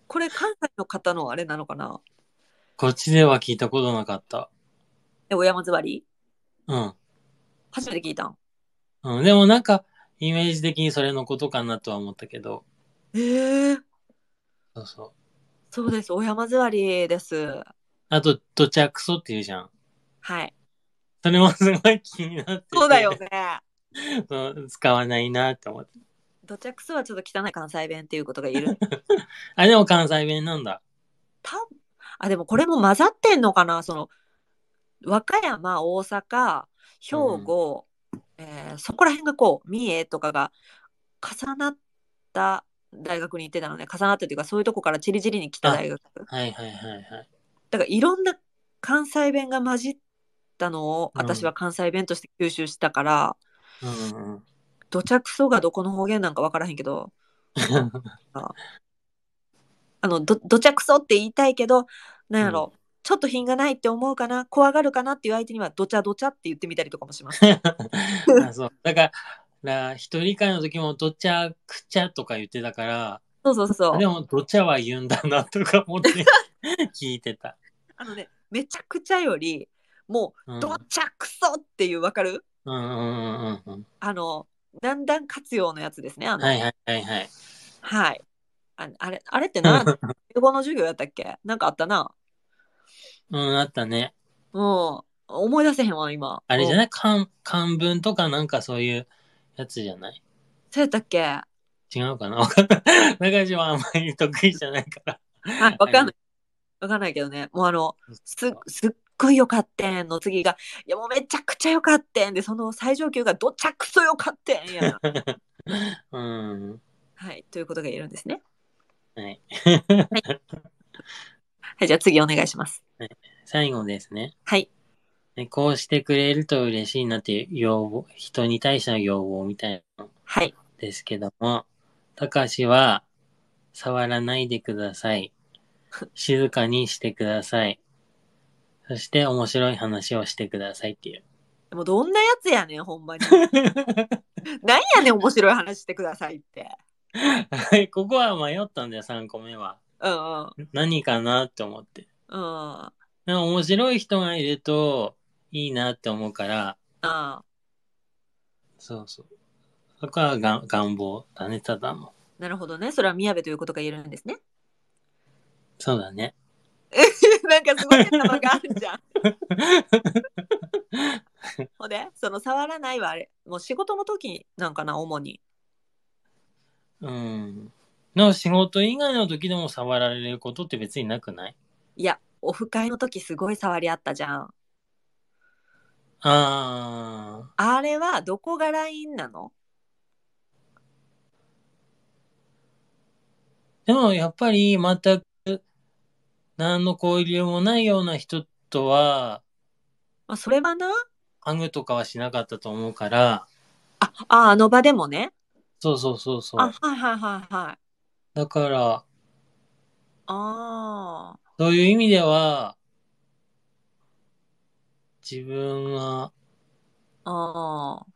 これ関西の方のあれなのかな
こっちでは聞いたことなかった。
え、お山座り
うん。
初めて聞いたん。
うん、でもなんか、イメージ的にそれのことかなとは思ったけど。
ええ
そうそう。
そうです。お山座りです。
あと、土着クソって言うじゃん。
はい。
それもすごい気になってて。
そうだよ。ね。
そう使わないなって思って。
土着すはちょっと汚い関西弁っていうことがいる。
あ、でも関西弁なんだ。
たあ、でもこれも混ざってんのかなその、和歌山、大阪、兵庫、えーそこら辺がこう、三重とかが重なった大学に行ってたのね。重なったというか、そういうとこからチリチリに来た大学。
はいはいはいはい。
だからいろんな関西弁が混じったのを
うん
私は関西弁として吸収したから、
うんうんうん。
土着そがどこの方言なんか分からへんけどあのど土着そって言いたいけどなんやろ、ちょっと品がないって思うかな怖がるかなっていう相手にはどちゃどちゃって言ってみたりとかも
*laughs*
します。
あそう。だから、一人会の時も、どちゃくちゃとか言ってたから、
そうそうそう
でも、どちゃは言うんだなとか思って
*laughs*
聞いてた。
あのねめちゃくちゃよりも
うん
うどちゃくそっていう分かる
うんうんうんうんうん。
あの南段活用のやつですねあの、
はいはいはいはい。
はい。ああれ、あれっ
*laughs*
て何英語の授業やったっけなんかあったな。
うん、あったね。
うん。思い出せへんわ、今。
あれじゃ
な
な
い
い漢漢文とかなんかそういうやつじゃない
そうやったっけは
違うかなわかんない。中島はあんまり得意じゃないから。
い、わかんない。わかんないけどね。もうあの、す、すっごいよかってんの次が、いやもうめちゃくちゃよかってんで、その最上級がどちゃくそよかってんやな。
*laughs* うん。
はい、ということが言えるんですね。
はい。
はい、じゃあ次お願いします。
最後ですね。
はい。
えこうしてくれると嬉しいなっていう要望、人に対しての要望みたいなの
はい。
ですけども、たかしは、触らないでください。静かにしてください。そして面白い話をしてくださいっていう。
もうどんなやつやねん、ほんまに。なんやねん、面白い話してくださいって。
はい、ここは迷ったんだよ、3個目は。
うんうん。
何かなって思って。
うん。あ
でも面白い人がいるといいなって思うから、
あ。
そうそう。そこはがん願望だね、ただの。
なるほどね。それは宮部ということが言えるんですね。 *laughs*
そうだね。
なんかすごい変なのがあるじゃん。ほんでその触らないはあれもう仕事の時なんかな主に。
うん。の仕事以外の時でも触られることって別になくない
いやオフ会の時すごい触りあったじゃん。
あ
あれはどこがラインなの
ー。でもやっぱり全く何の交流もないような人とは、
まあ、それはな
ハグとかはしなかったと思うから、
あああの場でもね。
そうそうそうそ
あ
う。
はいはいはいはい。
だから、
ああ
そういう意味では、自分が、
ああ。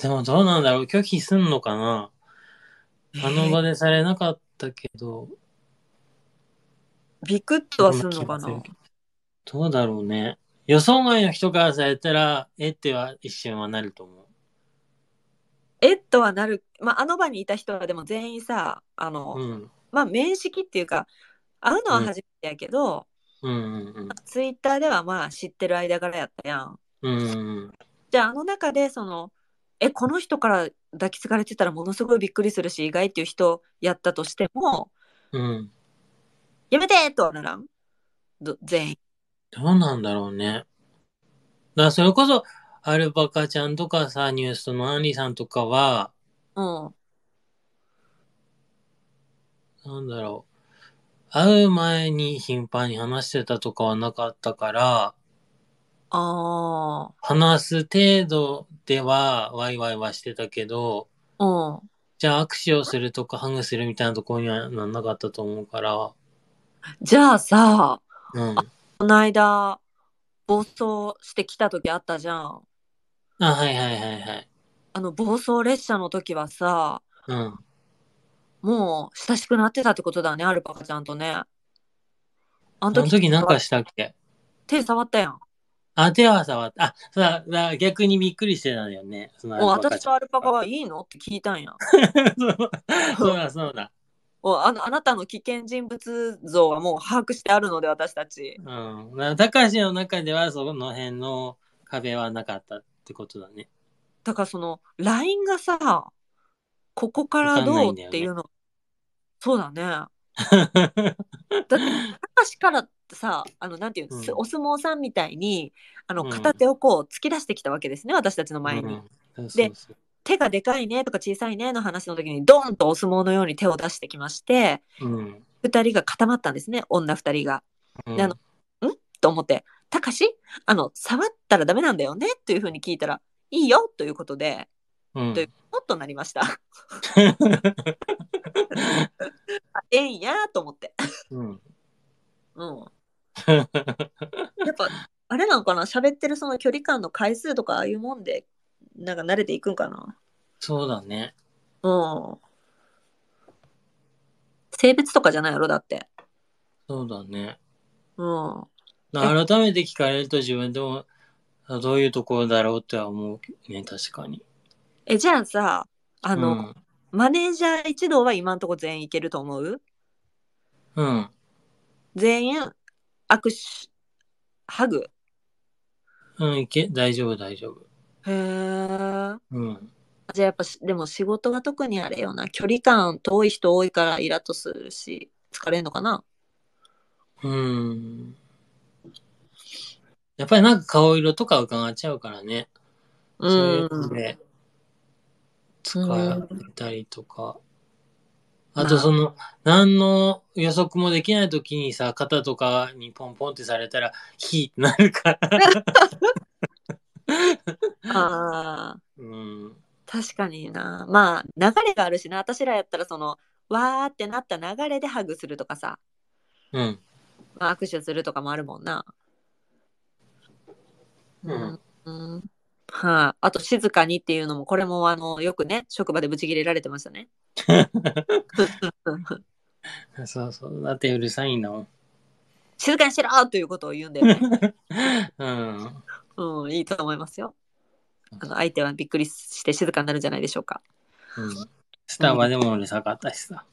でもどうなんだろう拒否すんのかなあの場でされなかったけど、
ビクッとはすんのかな
そんな気がするどうだろうね。予想外の人からされたら、えっては一瞬はなると思
えっとはなる、まあ、あの場にいた人はでも全員さあの、
う。うん。
まあ面識っていうか会うのは初めてやけど、
うんうん
ツイッターではまあ知ってる間からやったやん。
うん。うんうん
じゃああの中でそのえこの人から抱きつかれてたらものすごいびっくりするし意外っていう人やったとしても
うん。うん。
やめてとはならんど全員。
どうなんだろうね。だからそれこそ、アルパカちゃんとかさ、ニュースのアンリさんとかは、
うん。
なんだろう。会う前に頻繁に話してたとかはなかったから、
あ
話す程度ではワイワイはしてたけど、
あ。うん。
じゃあ握手をするとかハグするみたいなところにはなんなかったと思うから、
じゃあさ
うん。
この間暴走してきた時あったじゃん。
あ、はいはいはいはい。
あの暴走列車の時はさ
うん。
もう親しくなってたってことだねアルパカちゃんとねあ
あの時なんか
手
したっけ
手触ったやん
あ、手は触った。あ、そうだ、だ逆にびっくりしてたんだよね。その
お
アルパカ
私
ちゃん
とアルパカはいいのって聞いたんや
*laughs* そうだ、そうだ。
おあのあなたの危険人物像はもう把握してあるので私たち
うん。だたかしの中ではその辺の壁はなかったってことだね。
だからその LINE がさここから
わかんな
ど
い
うん
だよね
っていうの、そうだねだって昔からさあのなんていうの、す
うん
お相撲さんみたいにあの
うん
片手をこう突き出してきたわけですね、私たちの前に、
うん、そうそう
手がでかいねとか小さいねの話の時にドーンとお相撲のように手を出してきまして
そう。うん。
2人が固まったんですね女2人が。
うん
であのと思って「たかしあの触ったらダメなんだよね」というふうに聞いたら「いいよ」ということで
うん
というもっとなりました。 *laughs* あええんやと思って。
うん。
うんやっぱあれなのかな喋ってるその距離感の回数とかああいうもんでなんか慣れていくんかな
*laughs* そうだね。
うん性別とかじゃないやろだって
そうだね。
うん
改めて聞かれると自分でもあどういうところだろうっては思うね、確かに。
えじゃあさあ
う
の、
ん
マネージャー一同は今んとこ全員いけると思う
うん。
全員握手ハグ
うん、いけ、大丈夫、大丈夫。
へえ
うん。
じゃあやっぱしでも仕事は特にあれよな距離感遠い人多いからイラッとするし疲れんのかな
うん。やっぱりなんか顔色とか伺っちゃうからね。
う
そういうんので、
う
使
ん
ったりとか。
まあ
あとその、何の予測もできない時にさ、肩とかにポンポンってされたら、ヒーってなるから。
ああ
うん。
確かになまあ流れがあるしな私らやったらそのわーってなった流れでハグするとかさ、
うん。
まあ、握手するとかもあるもんな
うん、
うんはい、あと静かにっていうのもこれもあのよくね職場でブチ切れられてましたね
そうそう。だってうるさいんだもん。
静かにしろということを言うんだよね、
うん。
うん、いいと思いますよあの相手はびっくりして静かになるんじゃないでしょうか
うんスタバでもうるさかったしさ。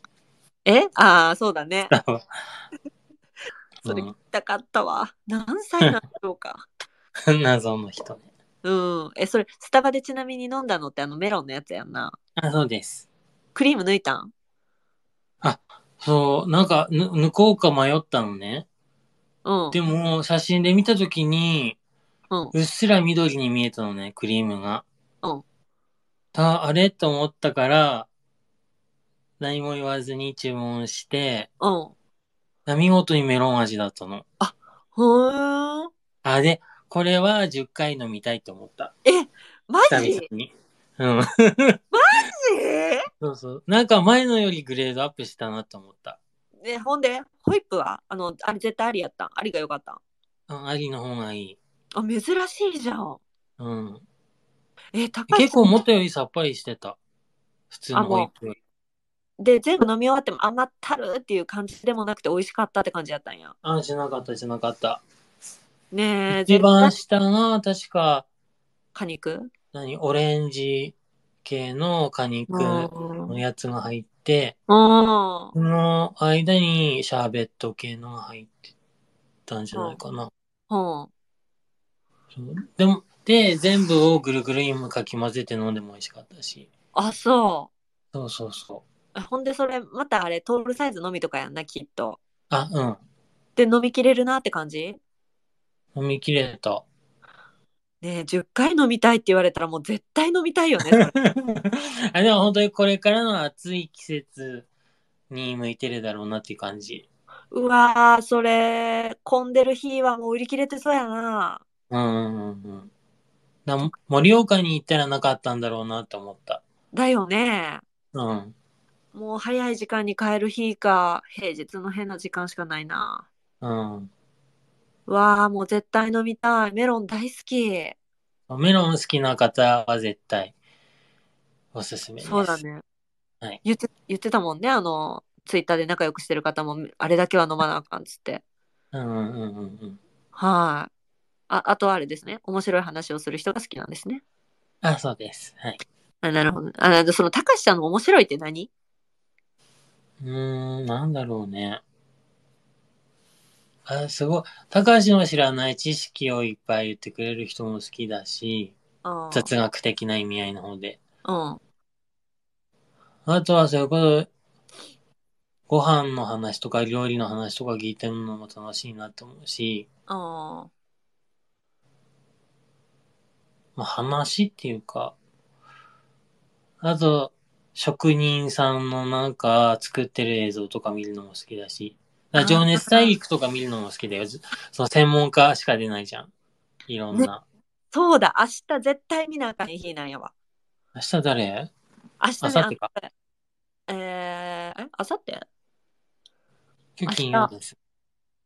えああそうだね
スタバ
*laughs* それ
う
聞
ん
きたかったわ何歳なんでしょうか
謎の人ね。
うんえそれスタバでちなみに飲んだのってあのメロンのやつやんな
あ、そうです。
クリーム抜いたん
そう、なんか、ぬ抜こうか迷ったのね。
うん
でも、写真で見たときに、
うん
うっすら緑に見えたのね、クリームが。
うん
た、あれと思ったから、何も言わずに注文して、
うん
見事にメロン味だったの。
ほーん
あ、で、これは10回飲みたいと思った。
マ
久
ジ
々に。うん。
え
そうそう。なんか前のよりグレードアップしたなと思った。
ねほんでホイップはあのあれ絶対ありやったんありがよかったん
うん、ありの方がいい。
あ珍しいじゃん
うん。
え高い
結構思ったよりさっぱりしてた。普通のホイップより。
で全部飲み終わっても甘ったるっていう感じでもなくて美味しかったって感じやったんや
あ、しなかった、しなかった。
ねえ
一番
絶対
下が、確か、
果肉
何、オレンジ系の果肉
うん
のやつが入って、
うん
この間にシャーベット系のが入ってたんじゃないかな。
うん
そうでも、で、全部をぐるぐる今かき混ぜて飲んでも美味しかったし。
あそ
そうそうそう。
うほんでそれまたあれトールサイズのみとかやんなきっと
あ、うん。
で飲みきれるなって感じ
飲み切れた。 *laughs*
ねえ10回飲みたいって言われたらもう絶対飲みたいよねそれ
あでも本当にこれからの暑い季節に向いてるだろうなっていう感じ。
うわーそれ混んでる日はもう売り切れてそうやな
うんうんうんうん。な盛岡に行ったらなかったんだろうなと思った。
だよね
うん。
もう早い時間に帰る日か平日の変な時間しかないな
うん。
わあもう絶対飲みたいメロン大好き
メロン好きな方は絶対おすすめです。
そうだ。ね、
はい
言って言ってたもんねあのツイッターで仲良くしてる方もあれだけは飲まなあかんっつって
うんうんうんうん。
はいああとはあれですね面白い話をする人が好きなんですね
あ、そうです。はい。
あなるほどあなそのたかしちゃんの面白いって何
うーん、なんだろうね。あ、すごい。高橋の知らない知識をいっぱい言ってくれる人も好きだし、
あー
雑学的な意味合いの方で。
うん
あとはそういうこと、ご飯の話とか料理の話とか聞いてるのも楽しいなと思うし、
あ
まあ、話っていうか、あと、職人さんのなんか作ってる映像とか見るのも好きだし、だから情熱大陸とか見るのも好きだよ。ずその専門家しか出ないじゃん。いろんな。
ーそうだ明日絶対見なあかん日なんやわ
明日誰
明日
明
ね
後日か。
あのえー、え明後日
今日金曜です。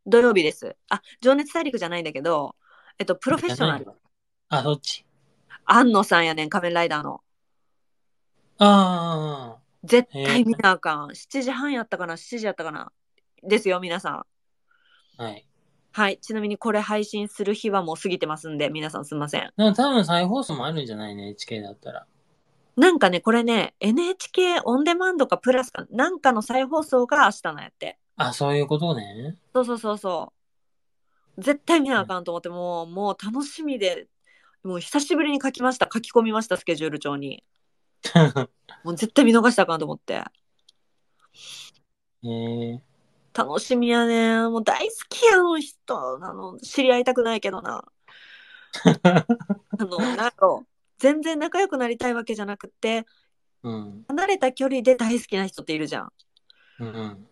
土曜日ですあ情熱大陸じゃないんだけどえっとプロフェッショナル
あ、そっち。
安野さんやねん仮面ライダーの
ああ。
絶対見なあかん。7時半やったかな ?7 時やったかなですよ、皆さん。
はい。
はい。ちなみにこれ配信する日はもう過ぎてますんで、皆さんすいません。
でも多分再放送もあるんじゃない ?NHK だったら。
なんかね、これね、NHK オンデマンドかプラスか、なんかの再放送が明日のやって。
あ、そういうことね。 *laughs*
そうそうそうそう。絶対見なあかんと思って、もう、もう楽しみで、もう久しぶりに書きました。書き込みました、スケジュール帳に。もう絶対見逃したらあかんと思って。
えー、
楽しみやねもう大好きやの人なの知り合いたくないけどなあのなんやろ全然仲良くなりたいわけじゃなくて
うん。
離れた距離で大好きな人っているじゃん
うんうん。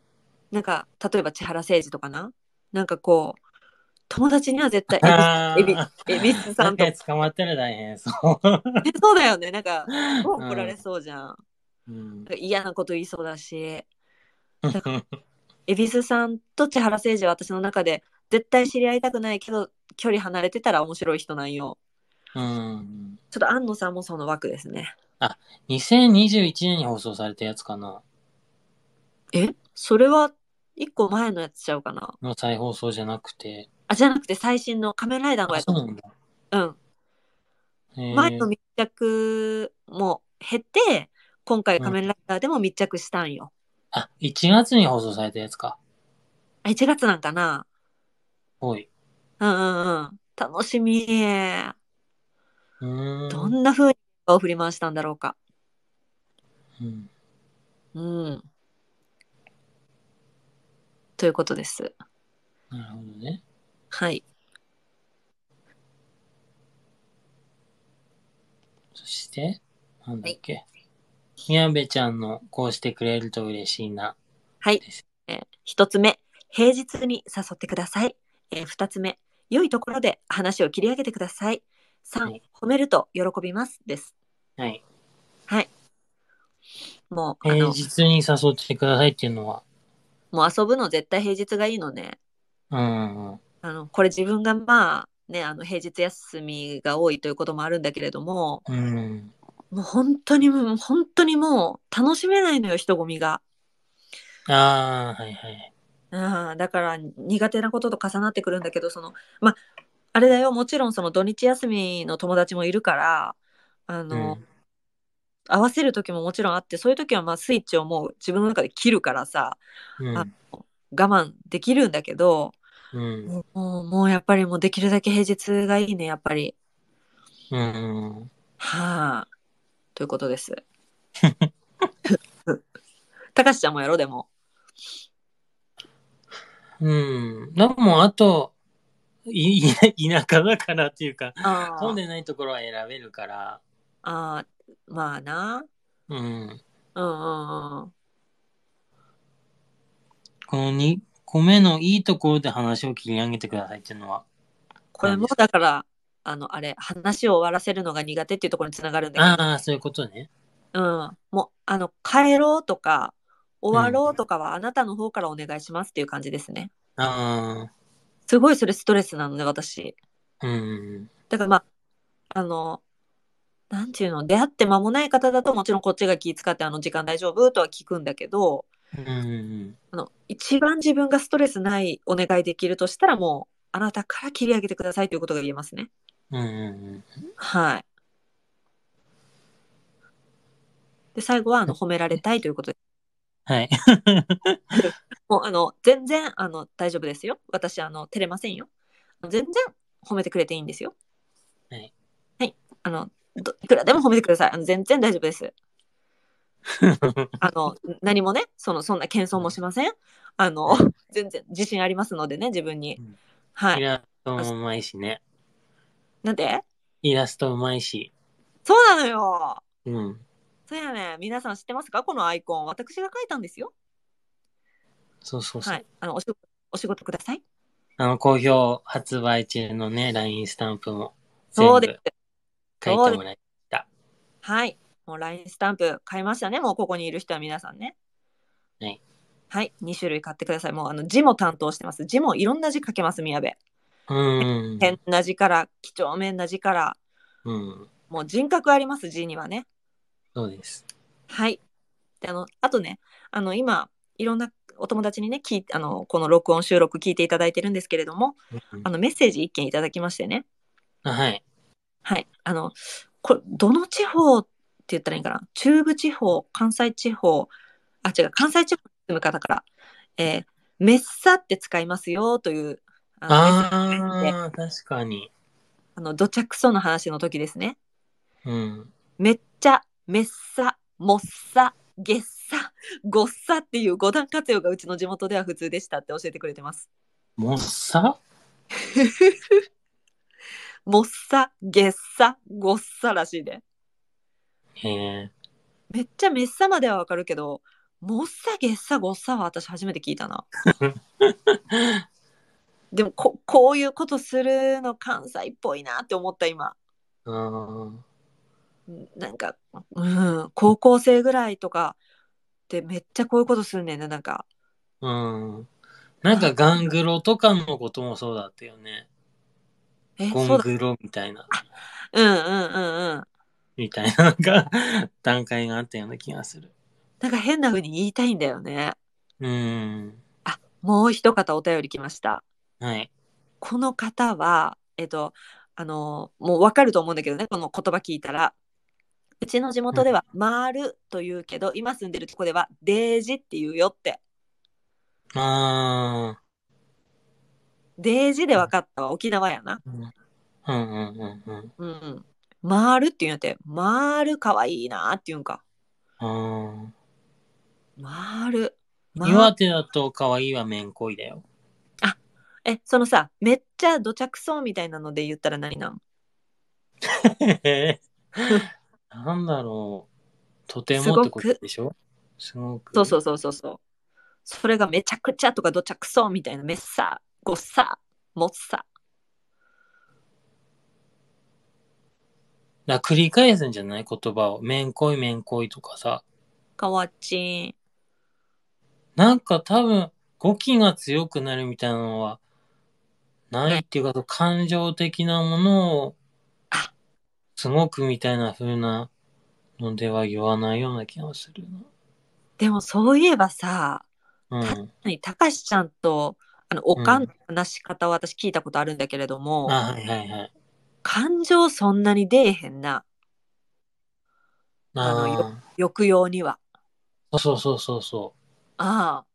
なんか例えば千原誠二とかななんかこう友達には絶対
あ *laughs*
エビ
ー
エビスさんと
なんか *laughs* 捕まったら大変そう。
え *laughs* そうだよねなんかすごい怒られ
う
そうじゃんなん
ん。
か嫌なこと言いそうだし
うん
恵比寿さんと千原誠二は私の中で絶対知り合いたくないけど距離離れてたら面白い人なんよ
うん。
ちょっと安野さんもその枠ですね。
2021年に放送されたやつかな
えそれは一個前のやつちゃうかな
の再放送じゃなくて。
あ、じゃなくて最新の仮面ライダーの
あ、
やつ。
そうなんだ。
うん。
えー
前の密着も減って、今回仮面ライダーでも密着したんよ。
あ、1月に放送されたやつか。
あ、1月なんかな
おい。
うんうんうん。楽しみ。
うーん。
どんな風に顔を振り回したんだろうか。
うん
うん。ということです。
なるほどね。
はい。
そして、なんだっけ。宮部ちゃんのこうしてくれると嬉しいな。
はい
です。
えー一つ目、平日に誘ってください。えー二つ目、良いところで話を切り上げてください。
は
三
い、
褒めると喜びます。です。
はい。
もう、あ
平
の、
日に誘ってくださいっていうのは。
もう遊ぶの絶対平日がいいのね。
うんうん。
あの、これ自分がまあ、ね、あの平日休みが多いということもあるんだけれども、
うん。
もう本当に、もう本当にもう楽しめないのよ、人混みが。
ああ、はいはい。
うん、だから苦手なことと重なってくるんだけどそのまああれだよもちろんその土日休みの友達もいるからあの、
うん
合わせる時ももちろんあってそういう時はまあスイッチをもう自分の中で切るからさ
う
あ
ん。
我慢できるんだけど
うん。
もうもうやっぱりもうできるだけ平日がいいねやっぱり
うんうんうん。
はあということです
*laughs*
たかしちゃんもやろでも
うん。でも、あと、い、 *laughs* い田舎だからっていうか、
あ
混んでないところは選べるから、
あーまあな
うん。
うんうんうん
この2個目のいいところで話を切り上げてくださいっていうのは、
これもだから、あの、あれ、話を終わらせるのが苦手っていうところにつながるんだ
ああ、そういうことね。
けど、うん。もう、あの、帰ろうとか、終わろうとかは、あなたの方からお願いしますっていう感じですね。
あ
すごいそれストレスなので、私。
あ、うん。
だからまあ、あの、なんていうの、出会って間もない方だともちろんこっちが気遣ってあの時間大丈夫とは聞くんだけど、
うんうん
あの、一番自分がストレスないお願いできるとしたらもう、あなたから切り上げてくださいということが言えますね。
うんうんうん
はい。で、最後は、あの、褒められたいということで、
*laughs* はい。
もう、あの、全然、あの、大丈夫ですよ。私、あの、照れませんよ。全然褒めてくれていいんですよ。
はい。
はい。あの、どいくらでも褒めてください。あの、全然大丈夫です。あの、何もね、その、そんな謙遜もしません。あの、全然自信ありますのでね、自分に
うん。
は
イ
い。
ラストもうまいしね。
なんで
イラストうまいし。
そうなのよ。
うん。
そうやね。皆さん知ってますかこのアイコン。私が書いたんですよ。
そうそうそう。
はい。あの、お仕事、お仕事ください。
あの、好評発売中のね、LINE スタンプも
そう
全部
です
書い。てもらい。
はい。もう LINE スタンプ買いましたね。もうここにいる人は皆さんね。
はい。
はい。2種類買ってください。もうあの字も担当してます。字もいろんな字書けます、宮部。
うんうん
変な字から、几帳面な字から、
うん。うん。
もう人格あります、字にはね。
そうです。
はい。で、あの、あとね、あの、今、いろんなお友達にね、聞いあの、この録音収録聞いていただいてるんですけれども、
うん
あの、メッセージ一件いただきましてね。
あはい。
はい。あの、これ、どの地方って言ったらいいんかな中部地方、関西地方、あ、違う、関西地方に住む方から、えーメッサって使いますよという、あのメッサって
ああ、確かに。
あの、どちゃくその話の時ですね。
うん。
めっちゃ、めっさ、もっさ、げっさ、ごっさっていう五段活用がうちの地元では普通でしたって教えてくれてます。
もっさ
もっさ、げっさ、ごっさらしいで、
へえ。
めっちゃめっさまではわかるけど、もっさげっさごっさは私初めて聞いた
*laughs*
な。でもこ、こういうことするの関西っぽいなって思った今。
あー
なんか、うん、高校生ぐらいとかでめっちゃこういうことするねんね、なんか。
うん。なんかガングロとかのこともそうだったよね。
え、
ゴ
そ
ン
うだ。
グロみたいな、
うんうんうんうん。
みたいな、なんか、 *laughs* 段階があったような気がする。
なんか変な風に言いたいんだよね。
うん。
もう一方お便り来ました。
はい。
この方は、えっと、あの、もうわかると思うんだけどね、この言葉聞いたら。うちの地元では、まるというけど、今住んでるとこでは、デージっていうよって。
ああ。
デージで分かったわ、沖縄やな。
うんうんうんうんうん。
うん。まるっていうんやって、まるかわいいなっていうんか。
あ
まる。
あ。
ま
岩手だと可愛いはめんこいだよ。
え、そのさ、めっちゃ土着そうみたいなので言ったら何なん
*laughs* なんだろう。とてもってことでしょすごく。。
そうそううそうそうそう。それがめちゃくちゃとかどちゃくそみたいな、めっさ、ごっさ、もっさ。
だから繰り返すんじゃない言葉を。めんこいめんこいとかさ。
かわちん。
なんか多分、語気が強くなるみたいなのは、ないっていうか、感情的なものを
あ、
すごくみたいな風なのでは言わないような気がする
でもそういえばさ、
な。うん。
何たかしちゃんと、あの、おかんの話し方を私聞いたことあるんだけれども、
あ、はいはいはい。
感情そんなに出えへんな、あのよ
あ
抑揚には。
あ、そうそうそうそう。
ああ、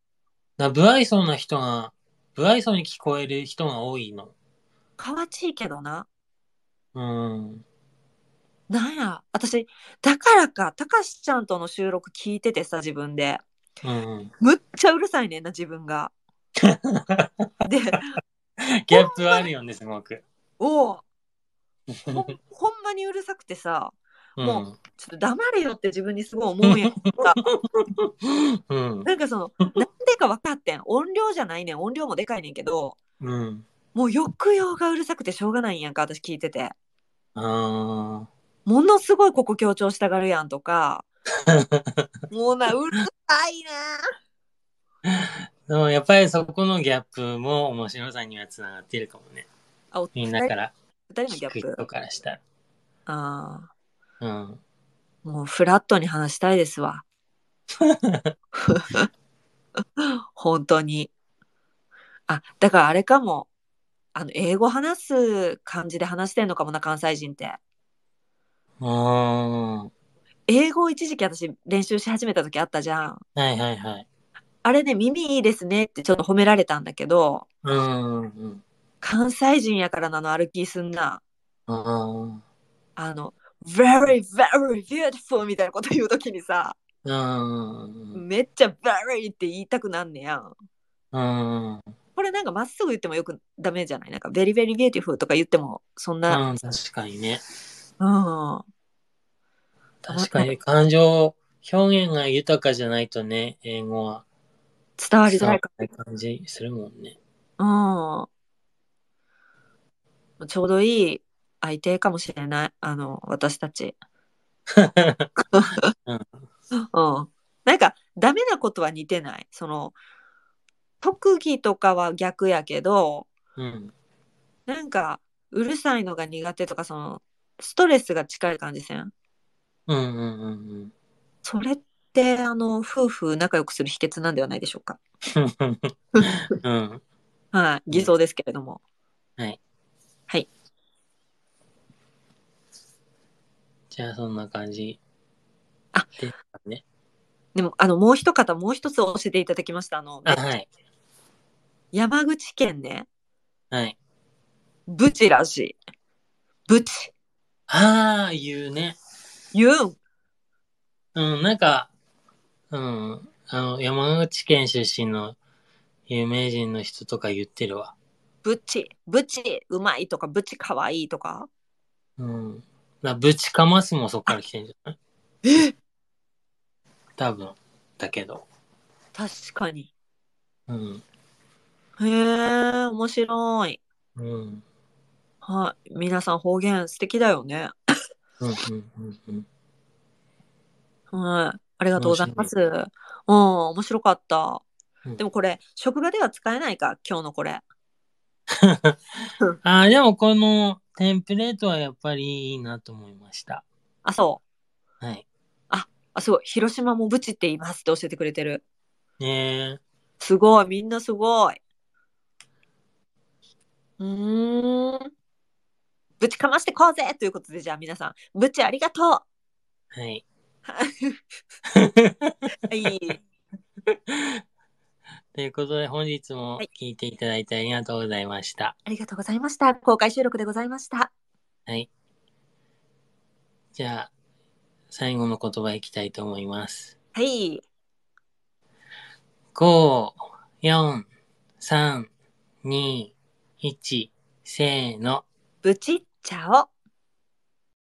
だから不愛想な人が、不愛想に聞こえる人が多いの。
かわちいけどな。
*laughs* うん。
なんや、私、だからか、たかしちゃんとの収録聞いててさ、自分で。
うん。
むっちゃうるさいねんな、自分 *laughs* が。で、
ギャップあるよね、すごく。
おうほんほんまにうるさくてさ、
うん。
もちょっと黙れよって自分にすごい思うんやけどさ。
うん。
なん
*laughs*
かその、なんでか分かってん。音量じゃないねん。音量もでかいねんけど、
うん。
もう抑揚がうるさくてしょうがないんやんか、私聞いてて。
あ
ものすごいここ強調したがるやん
*laughs*
とか、
あ。
もうな、うるさいな
でもやっぱりそこのギャップも面白さにはつながっているかもね。
あ、お
み
二
ん
人
なから
二人のギ
聞
ャ
く
ップ
人。からしたら。
あ
うん。
ーもうフラットに話したいですわ。
*laughs*
本当に。あ、だからあれかも。あの、英語話す感じで話してんのかもな、関西人って。
あ
英語を一時期私練習し始めた時あったじゃん。
あ。はいはいはい。
あれね、耳いいですねってちょっと褒められたんだけど、
うんうんうん。
関西人やからなの歩きすんな。
あ
あの、very, very beautiful みたいなこと言うときにさ、
あ。うん。
めっちゃ very って言いたくなんねやん。
うん。
これなんかまっすぐ言ってもよくダメじゃないなんか very, very beautiful とか言ってもそんな、
うん、確かにね。
うん、
確かに感情表現が豊かじゃないとね、英語は
伝わりづ
伝わ
ら
ら
いか
ない感じするもんね。
ら。うん。ちょうどいい相手かもしれない。あの、私たち。 *laughs* うん。なんか、ダメなことは似てない。その、特技とかは逆やけど、
うん。
なんか、うるさいのが苦手とか、その、ストレスが近い感じせん。
うんうんうんうん。
それって、あの、夫婦仲良くする秘訣なんではないでしょうか。 *laughs*
うん。
はい。偽装ですけれども。
はい。
はい。
じゃあそんな感じ。
あ
でね。
でも、あの、もう一方、もう一つ教えていただきました。あの、
あ、はい。
山口県ね、
はい。
ブチらしい。ブチ、
ああ、言うね。
ユン。
うん、なんか、うん。あの、山口県出身の有名人の人とか言ってるわ。
ブチ、ブチ、うまいとか、ブチかわいいとか。
うん。なぶちかますもそっから来てんじゃない多分。だけど。
確かに。
うん。
へえ、面白い。
うん。
はい。皆さん方言素敵だよね。
うんうんうんうん。
はい。ありがとうございます。うん、面白かった
う。ん
でもこれ、職場では使えないか、今日のこれ。
ああ、でもこのテンプレートはやっぱりいいなと思いました。
あ、そう。
はい。
あ、すごい。広島もブチって言いますって教えてくれてる。
ねえ。
すごい。みんなすごい。うーん。ぶちかましてこうぜということで、じゃあ皆さん、ぶちありが *laughs* とう
はい。
はい。
ということで本日も
はい
聞いていただいてありがとうございました。
ありがとうございました。公開収録でございました。
はい。じゃあ、最後の言葉いきたいと思います。
はい。
5、4、3、2、1、せーの。
ぶちっちゃお。